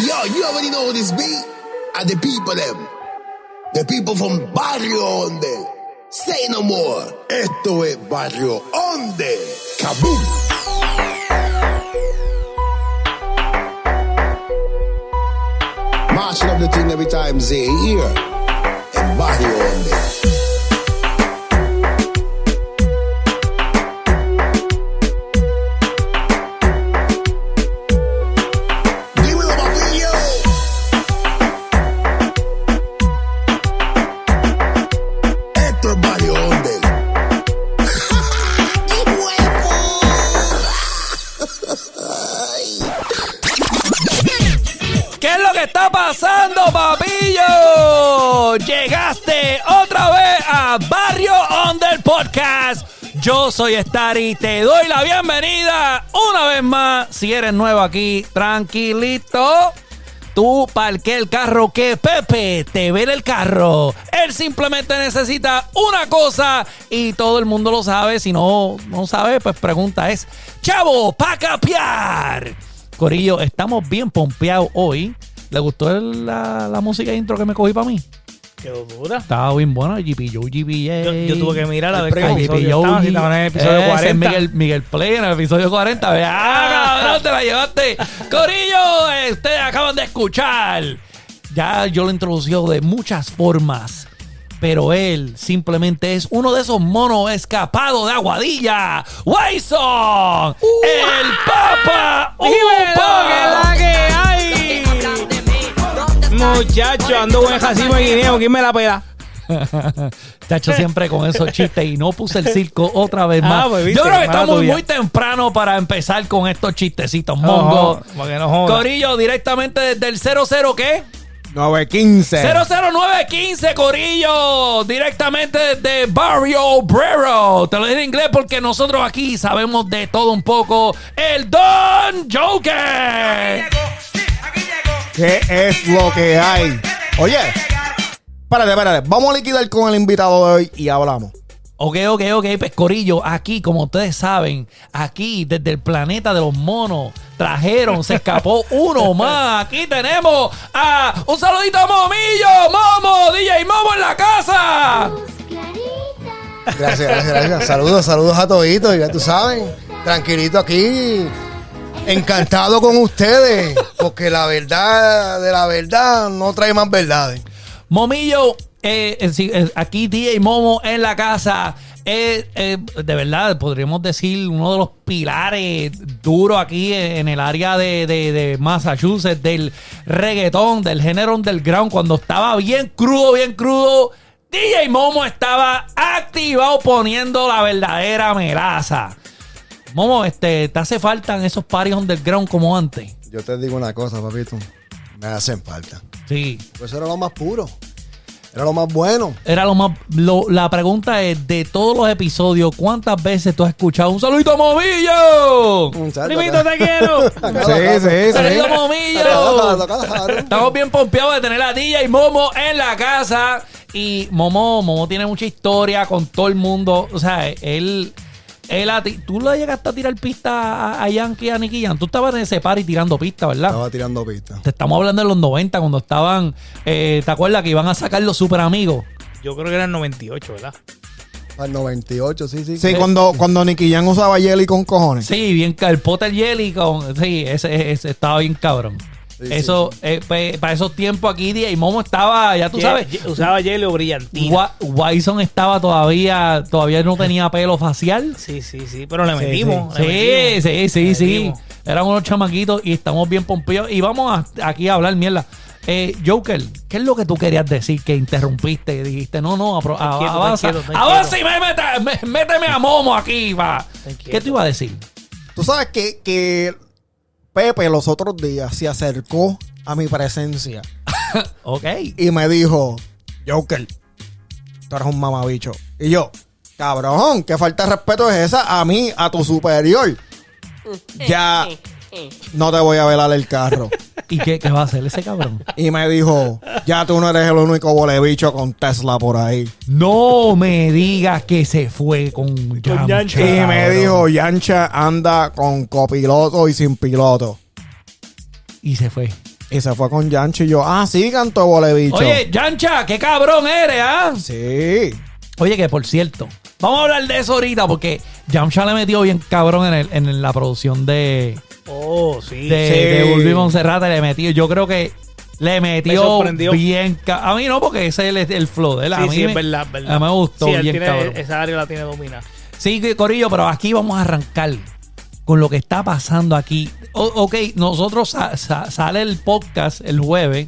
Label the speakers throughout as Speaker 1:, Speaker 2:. Speaker 1: yo, you already know who this be? Are the people them. The people from Barrio Onde. Say no more. Esto es Barrio Onde. Kaboom. Marching up the thing every time they hear. And Barrio Onde. Dímelo, papillo. Esto es Barrio Ondel. ¡Qué
Speaker 2: ¿Qué es lo que está pasando, papillo? Llegaste otra vez a Barrio Under Podcast. Yo soy Stari, te doy la bienvenida una vez más. Si eres nuevo aquí, tranquilito. Tú parque el carro que Pepe te ve el carro. Él simplemente necesita una cosa y todo el mundo lo sabe. Si no, no sabe, pues pregunta es, chavo, pa' capear. Corillo, estamos bien pompeados hoy. ¿Le gustó el- la, la música intro que me cogí para mí?
Speaker 3: Qué dura.
Speaker 2: Estaba bien buena, GP Joe, GP
Speaker 3: Yo, yo tuve que mirar a ver qué
Speaker 2: Ay,
Speaker 3: episodio
Speaker 2: Joe,
Speaker 3: estaba, si estaba en el episodio
Speaker 2: ese es
Speaker 3: 40.
Speaker 2: Miguel, Miguel Play en el episodio 40. Ve, ¡Ah, cabrón, te la llevaste! Corillo, eh, ustedes acaban de escuchar. Ya yo lo introdució de muchas formas. Pero él simplemente es uno de esos monos escapados de Aguadilla. ¡Wayson! ¡El Papa!
Speaker 3: Uh. Dímelo,
Speaker 2: Upa.
Speaker 3: que la que hay. Muchacho, ando buen jacimo de guineo. ¿Quién me la pela?
Speaker 2: Tacho siempre con esos chistes y no puse el circo otra vez más.
Speaker 3: Ah, pues, viste,
Speaker 2: Yo creo que
Speaker 3: mala
Speaker 2: estamos
Speaker 3: tuya.
Speaker 2: muy temprano para empezar con estos chistecitos, mongo.
Speaker 3: Ojo, para que no joda.
Speaker 2: Corillo, directamente desde el 00, ¿qué?
Speaker 3: Eh.
Speaker 4: 915.
Speaker 2: 00915, Corillo. Directamente desde Barrio Obrero. Te lo dije en inglés porque nosotros aquí sabemos de todo un poco. El Don Joker.
Speaker 4: ¿Qué es lo que hay? Oye, espérate, espérate. Vamos a liquidar con el invitado de hoy y hablamos.
Speaker 2: Ok, ok, ok, pues Corillo, aquí, como ustedes saben, aquí desde el planeta de los monos, trajeron, se escapó uno más. Aquí tenemos a un saludito a Momillo, Momo, DJ Momo en la casa.
Speaker 4: Gracias, gracias, gracias. Saludos, saludos a toditos. Ya tú sabes, tranquilito aquí. Encantado con ustedes. Porque la verdad de la verdad no trae más verdades.
Speaker 2: Momillo, eh, eh, sí, eh, aquí DJ Momo en la casa. Eh, eh, de verdad, podríamos decir uno de los pilares duros aquí en el área de, de- de Massachusetts, del reggaetón, del género underground. Cuando estaba bien crudo, bien crudo, DJ Momo estaba activado poniendo la verdadera melaza. Momo, este, ¿te hace falta en esos paris underground como antes?
Speaker 4: Yo te digo una cosa, papito. Me hacen falta.
Speaker 2: Sí.
Speaker 4: Pues era lo más puro. Era lo más bueno.
Speaker 2: Era lo más. lo- la pregunta es: de todos los episodios, ¿cuántas veces tú has escuchado un saludito a Movillo?
Speaker 4: Un saludo.
Speaker 3: Primito, te quiero.
Speaker 4: Sí, sí,
Speaker 2: ¡Saludito Momillo! Estamos bien pompeados de tener a DJ Momo en la casa. Y Momo, Momo tiene mucha historia con todo el mundo. O sea, él. él a ti- tú le llegaste a tirar pista a, a Yankee, a Nicky Jam. Tú estabas en ese party tirando pista, ¿verdad?
Speaker 4: Estaba tirando pistas.
Speaker 2: Te estamos hablando de los 90 cuando estaban. eh, ¿Te acuerdas que iban a sacar los super amigos?
Speaker 3: Yo creo que era el 98, ¿verdad?
Speaker 4: Al 98, sí, sí.
Speaker 5: Sí, cuando, cuando Nicky Jam usaba jelly con cojones.
Speaker 2: Sí, bien ca- el Potter Jelly con. Sí, ese, ese estaba bien cabrón.
Speaker 4: Sí,
Speaker 2: Eso, eh, pe- para esos tiempos aquí, DJ Momo estaba, ya tú sabes.
Speaker 3: Ye- ye- Usaba hielo brillantina.
Speaker 2: Wa- Wison estaba todavía, todavía no tenía pelo facial.
Speaker 3: Sí, sí, sí. Pero le metimos. le
Speaker 2: Sí,
Speaker 3: metimos.
Speaker 2: sí, sí,
Speaker 3: Le
Speaker 2: sí.
Speaker 3: metimos.
Speaker 2: Eran unos chamaquitos y estamos bien pompeados. Y vamos a- aquí a hablar mierda. Eh, Joker, ¿qué es lo que tú querías decir? Que interrumpiste, dijiste, no, no, apro-
Speaker 3: Estoy quieto,
Speaker 2: avanza.
Speaker 3: estoy quieto, estoy
Speaker 2: Avanza y me meta- me- méteme a Momo aquí, va.
Speaker 3: Estoy
Speaker 2: ¿Qué te
Speaker 3: quieto.
Speaker 2: iba a decir?
Speaker 5: Tú sabes que, que Pepe los otros días se acercó a mi presencia
Speaker 2: Ok.
Speaker 5: y me dijo, Joker, tú eres un mamabicho. Y yo, cabrón, qué falta de respeto es esa a mí, a tu superior. Ya no te voy a velar el carro.
Speaker 2: ¿Y qué, qué va a hacer ese cabrón?
Speaker 5: Y me dijo, ya tú no eres el único bolebicho con Tesla por ahí.
Speaker 2: No me digas que se fue con Yamcha.
Speaker 3: Yamcha.
Speaker 5: Y me dijo, Yancha anda con copiloto y sin piloto.
Speaker 2: Y se fue.
Speaker 5: Y se fue con Yancho y yo, ah, sí, canto de bolebicho.
Speaker 2: Oye, Yancha, qué cabrón eres, ¿ah?
Speaker 5: Sí.
Speaker 2: Oye, que por cierto, vamos a hablar de eso ahorita porque Yamcha le metió bien cabrón en, el- en la producción de,
Speaker 6: Oh, sí.
Speaker 2: de,
Speaker 5: Sí.
Speaker 2: de Bulbi Monserrate le metió. Yo creo que le metió
Speaker 6: sorprendió.
Speaker 2: bien. ca- A mí no, porque ese es el, el flow de él. A
Speaker 6: Sí,
Speaker 2: mí
Speaker 6: sí,
Speaker 2: me-
Speaker 6: es verdad, es verdad.
Speaker 2: a mí me gustó
Speaker 6: Sí, él
Speaker 2: bien
Speaker 6: tiene-
Speaker 2: cabrón.
Speaker 6: Esa área la tiene dominada.
Speaker 2: Sí, que- Corillo, pero aquí vamos a arrancar con lo que está pasando aquí. O- ok, nosotros sa- sa- sale el podcast el jueves.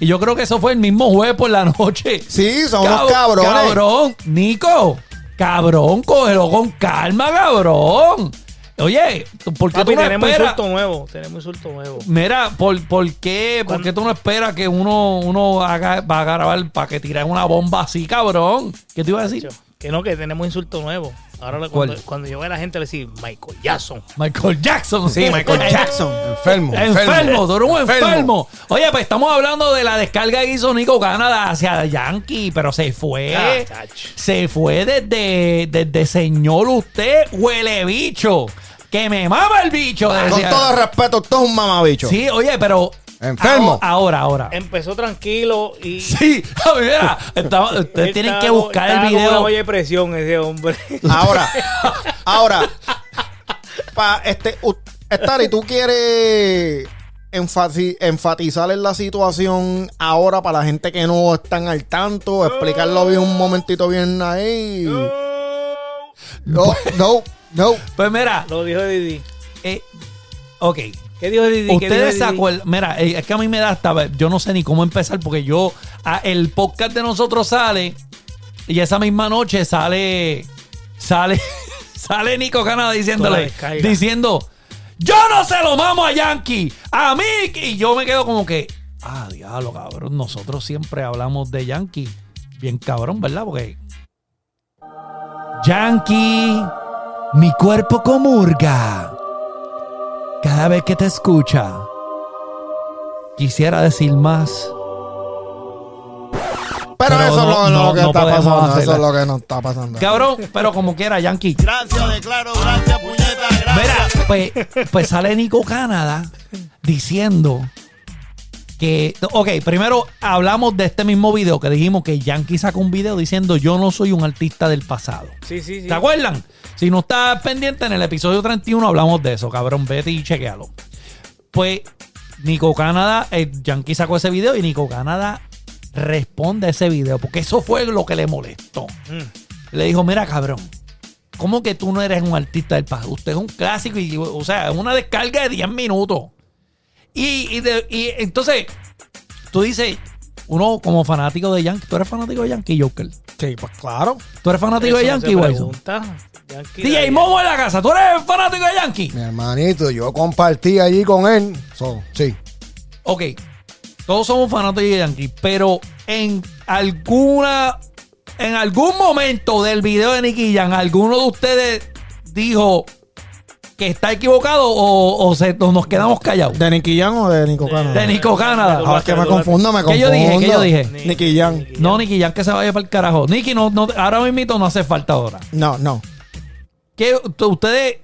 Speaker 2: Y yo creo que eso fue el mismo jueves por la noche.
Speaker 5: Sí, son
Speaker 2: Cab-
Speaker 5: unos cabrones.
Speaker 2: Cabrón, Nico. Cabrón, cógelo con calma, cabrón. Oye, ¿tú- ¿por qué
Speaker 6: Papi,
Speaker 2: tú no
Speaker 6: tenemos
Speaker 2: esperas? Mm.
Speaker 6: insulto nuevo. Tenemos insulto nuevo.
Speaker 2: Mira, ¿por, por qué, por
Speaker 6: ¿Cuándo?
Speaker 2: qué tú no esperas que uno, uno haga, va a grabar para que tiren una bomba así, cabrón? ¿Qué te iba a decir?
Speaker 6: Que no, que tenemos insulto nuevo. Ahora lo-
Speaker 2: ¿Cuál?
Speaker 6: cuando, cuando yo vea a la gente le decir Michael Jackson.
Speaker 2: Michael Jackson.
Speaker 5: Sí, Michael Jackson. Enfermo.
Speaker 2: Enfermo, tú eres un enfermo. Oye, pues estamos hablando de la descarga que hizo Nico Canadá hacia Yankee, pero se fue.
Speaker 6: Ah, chacho.
Speaker 2: se fue desde, desde señor usted, huele bicho. Que me mama el bicho.
Speaker 5: Con
Speaker 2: decía.
Speaker 5: todo respeto, usted es un mamabicho.
Speaker 2: Sí, oye, pero.
Speaker 5: Enfermo. Em-
Speaker 2: Ahora, ahora. ahora.
Speaker 6: Empezó tranquilo y.
Speaker 2: Sí, a ver, mira, estaba- ustedes
Speaker 6: él
Speaker 2: tienen
Speaker 6: estaba-
Speaker 2: que buscar el
Speaker 6: estaba con Una
Speaker 2: video.
Speaker 6: olla de presión ese hombre.
Speaker 5: Ahora, ahora, pa, este, u- Estari, ¿tú quieres enfasi- enfatizar en la situación ahora para la gente que no están al tanto? Explicarlo bien un momentito bien ahí. No, no, no.
Speaker 2: Pues mira,
Speaker 6: Lo dijo Didi.
Speaker 2: eh, ok.
Speaker 6: ¿Qué dijo Didi? ¿Qué dijo
Speaker 2: Ustedes
Speaker 6: Didi?
Speaker 2: se acuerdan, mira, eh, es que a mí me da hasta, yo no sé ni cómo empezar porque yo, a- el podcast de nosotros sale y esa misma noche sale, sale, sale Nico Canadá
Speaker 6: Toda la
Speaker 2: diciéndole,
Speaker 6: descarga.
Speaker 2: diciendo, yo no se lo mamo a Yankee, a mí, y yo me quedo como que, ah, diablo, cabrón, nosotros siempre hablamos de Yankee, bien cabrón, ¿verdad? Porque Yankee, mi cuerpo comurga. Cada vez que te escucha, quisiera decir más.
Speaker 5: Pero,
Speaker 2: Pero
Speaker 5: eso
Speaker 2: no-
Speaker 5: no, es
Speaker 2: no-
Speaker 5: lo que
Speaker 2: no
Speaker 5: está
Speaker 2: podemos
Speaker 5: pasando. Eso
Speaker 2: hacerla.
Speaker 5: es lo que no está pasando.
Speaker 2: Cabrón, pero como quiera, Yankee.
Speaker 7: Gracias, declaro, gracias, puñeta, gracias.
Speaker 2: Mira, pues, pues sale Nico Canadá diciendo que. Ok, primero hablamos de este mismo video que dijimos que Yankee sacó un video diciendo yo no soy un artista del pasado.
Speaker 6: Sí, sí, sí.
Speaker 2: ¿Te acuerdan? Si no estás pendiente, en el episodio 31 hablamos de eso, cabrón. Vete y chequealo. Pues Nico Canadá, el Yankee sacó ese video y Nico Canadá responde a ese video, porque eso fue lo que le molestó.
Speaker 6: Mm.
Speaker 2: Le dijo, mira, cabrón, ¿cómo que tú no eres un artista del pasado? Usted es un clásico y, o sea, es una descarga de 10 minutos. Y, y de- y entonces, tú dices, uno como fanático de Yankee, tú eres fanático de Yankee Joker.
Speaker 5: Sí, pues claro.
Speaker 2: Tú eres fanático de
Speaker 6: Eso no se
Speaker 2: Yankee, Wilson.
Speaker 6: pregunta. Yankee,
Speaker 2: DJ Momo en la casa, tú eres fanático de Yankee.
Speaker 4: Mi hermanito, yo compartí allí con él. So, sí.
Speaker 2: Ok, todos somos fanáticos de Yankee, pero en alguna. En algún momento del video de Nicky Jam, ¿alguno de ustedes dijo que está equivocado o, o se- o nos quedamos callados?
Speaker 5: ¿De Nicky Jam o de Nico Cano?
Speaker 2: De Nico
Speaker 5: Ah,
Speaker 2: Canadá.
Speaker 5: es que me confundo, me
Speaker 2: ¿Qué yo
Speaker 5: confundo.
Speaker 2: dije? ¿Qué yo dije?
Speaker 5: Nicky Jam.
Speaker 2: No, Nicky Jam que se vaya para el carajo. Nicky, no, no, ahora mismo no hace falta ahora.
Speaker 5: No, no.
Speaker 2: ¿Qué t- ustedes?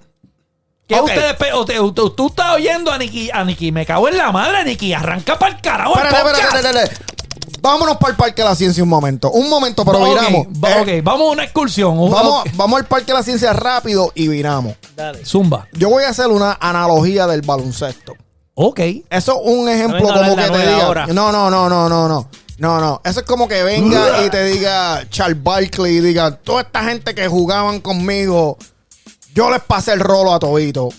Speaker 2: ¿Qué
Speaker 5: Ok.
Speaker 2: ustedes? pe- o te- o- tú, tú estás oyendo a Nicky, a Nicky, me cago en la madre, Nicky, arranca para el carajo. el
Speaker 5: Espérate, espérate,
Speaker 2: podcast.
Speaker 5: espérate, espérate. Vámonos para el Parque de la Ciencia un momento. Un momento, pero
Speaker 2: Ok,
Speaker 5: viramos.
Speaker 2: va-
Speaker 5: Eh,
Speaker 2: ok, vamos a una excursión. una-
Speaker 5: vamos,
Speaker 2: ok.
Speaker 5: vamos al Parque de la Ciencia rápido y viramos.
Speaker 6: Dale.
Speaker 2: Zumba.
Speaker 5: Yo voy a hacer una analogía del baloncesto.
Speaker 2: Ok.
Speaker 5: Eso es un ejemplo
Speaker 6: venga a
Speaker 5: como
Speaker 6: dar la
Speaker 5: que te
Speaker 6: nueva
Speaker 5: diga.
Speaker 6: hora.
Speaker 5: No, no, no, no, no, no. No, no. Eso es como que venga y te diga Charles Barkley y diga, toda esta gente que jugaban conmigo, yo les pasé el rolo a Tobito.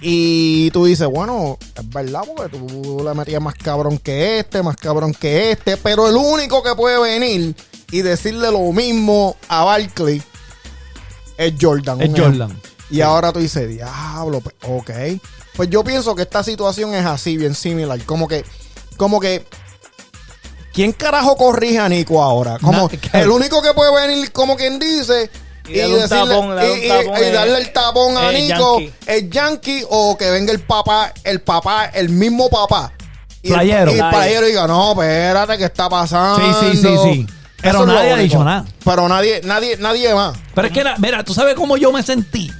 Speaker 5: Y tú dices, bueno, es verdad, porque tú le metías más cabrón que este, más cabrón que este. Pero el único que puede venir y decirle lo mismo a Barkley es Jordan.
Speaker 2: Es
Speaker 5: un
Speaker 2: Jordan.
Speaker 5: ejemplo. Y ahora tú dices, diablo, pues, ok. Pues yo pienso que esta situación es así, bien similar. Como que, como que. ¿Quién carajo corrige a Nico ahora? Como
Speaker 2: Na-
Speaker 5: el único que puede venir, como quien dice.
Speaker 6: Y
Speaker 5: Y,
Speaker 6: darle un
Speaker 5: decirle-
Speaker 6: tapón, darle un
Speaker 5: y- y-
Speaker 6: tapón,
Speaker 5: y
Speaker 6: eh,
Speaker 5: darle el tapón a
Speaker 6: eh,
Speaker 5: Nico,
Speaker 6: Yankee.
Speaker 5: el yankee, o que venga el papá, el papá, el mismo papá. Y el-
Speaker 2: Playero.
Speaker 5: Y el playero diga, no, espérate, ¿qué está pasando?
Speaker 2: Sí, sí, sí, sí. Pero
Speaker 5: Eso es lo
Speaker 2: nadie ha
Speaker 5: único.
Speaker 2: dicho nada.
Speaker 5: Pero nadie, nadie, nadie más.
Speaker 2: Pero es que, na- mira, tú sabes cómo yo me sentí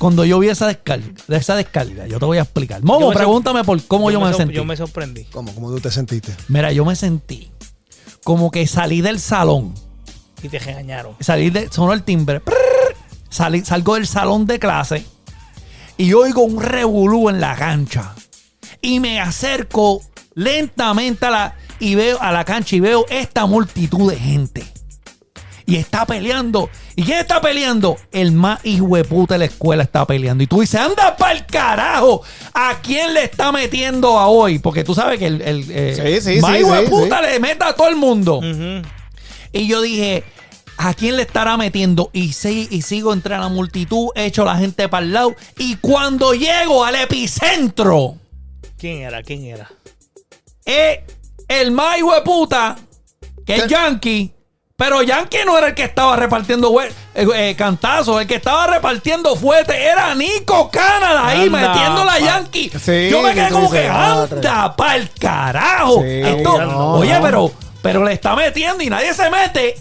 Speaker 2: cuando yo vi esa descarga, esa descarga, yo te voy a explicar. Momo,
Speaker 6: Yo me sor-
Speaker 2: pregúntame por cómo yo, me,
Speaker 6: sor-
Speaker 2: sentí.
Speaker 6: Yo me sorprendí.
Speaker 4: ¿Cómo? ¿Cómo tú te sentiste?
Speaker 2: Mira, yo me sentí como que salí del salón.
Speaker 6: Y te regañaron.
Speaker 2: Salí de, sonó el timbre. prrr, salí- salgo del salón de clase y oigo un revolú en la cancha. Y me acerco lentamente a la, y veo, a la cancha y veo esta multitud de gente. Y está peleando. ¿Y quién está peleando? El más hijo de puta de la escuela está peleando. Y tú dices, anda para el carajo. ¿A quién le está metiendo a hoy? Porque tú sabes que el, el eh,
Speaker 5: Sí, sí,
Speaker 2: más
Speaker 5: sí,
Speaker 2: hijo de
Speaker 5: sí,
Speaker 2: puta le mete a todo el mundo.
Speaker 6: Ujú.
Speaker 2: Y yo dije, ¿a quién le estará metiendo? Y, sí, y sigo entre la multitud, echo la gente para el lado. Y cuando llego al epicentro,
Speaker 6: ¿Quién era? ¿Quién era?
Speaker 2: es el más hijo de puta, que es Yankee. Pero Yankee no era el que estaba repartiendo hue- eh, eh, cantazos, el que estaba repartiendo fuerte era Nico Canada ahí
Speaker 6: Anda,
Speaker 2: metiendo la
Speaker 6: pa-
Speaker 2: Yankee.
Speaker 5: Sí,
Speaker 2: Yo me
Speaker 5: que
Speaker 2: quedé
Speaker 5: tú
Speaker 2: como
Speaker 5: dices,
Speaker 2: que
Speaker 5: "Ah,
Speaker 2: anda pa'l carajo.
Speaker 5: Sí,
Speaker 2: Esto-
Speaker 5: no,
Speaker 2: oye,
Speaker 5: no.
Speaker 2: pero pero le está metiendo y nadie se mete.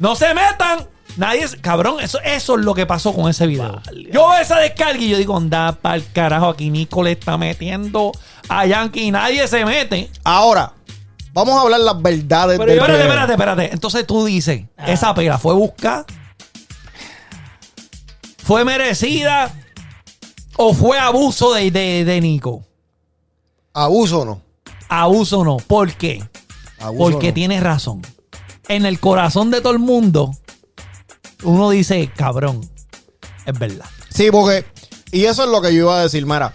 Speaker 2: No se metan. Nadie, se- cabrón, eso, eso es lo que pasó con ese video. Yo veo esa descarga y yo digo, anda pa'l carajo, aquí Nico le está metiendo a Yankee y nadie se mete.
Speaker 5: Ahora, vamos a hablar las verdades
Speaker 6: Pero
Speaker 5: del
Speaker 6: yo-
Speaker 2: Espérate,
Speaker 5: video.
Speaker 2: espérate, espérate. Entonces tú dices,
Speaker 6: Ah.
Speaker 2: esa pela fue buscada, fue merecida o fue abuso de, de- de Nico.
Speaker 4: ¿Abuso o no?
Speaker 2: Abuso no. ¿Por qué?
Speaker 4: Abuso
Speaker 2: Porque
Speaker 4: no.
Speaker 2: tienes razón. En el corazón de todo el mundo, uno dice, cabrón, es verdad.
Speaker 5: Sí, porque. Y eso es lo que yo iba a decir, Mara.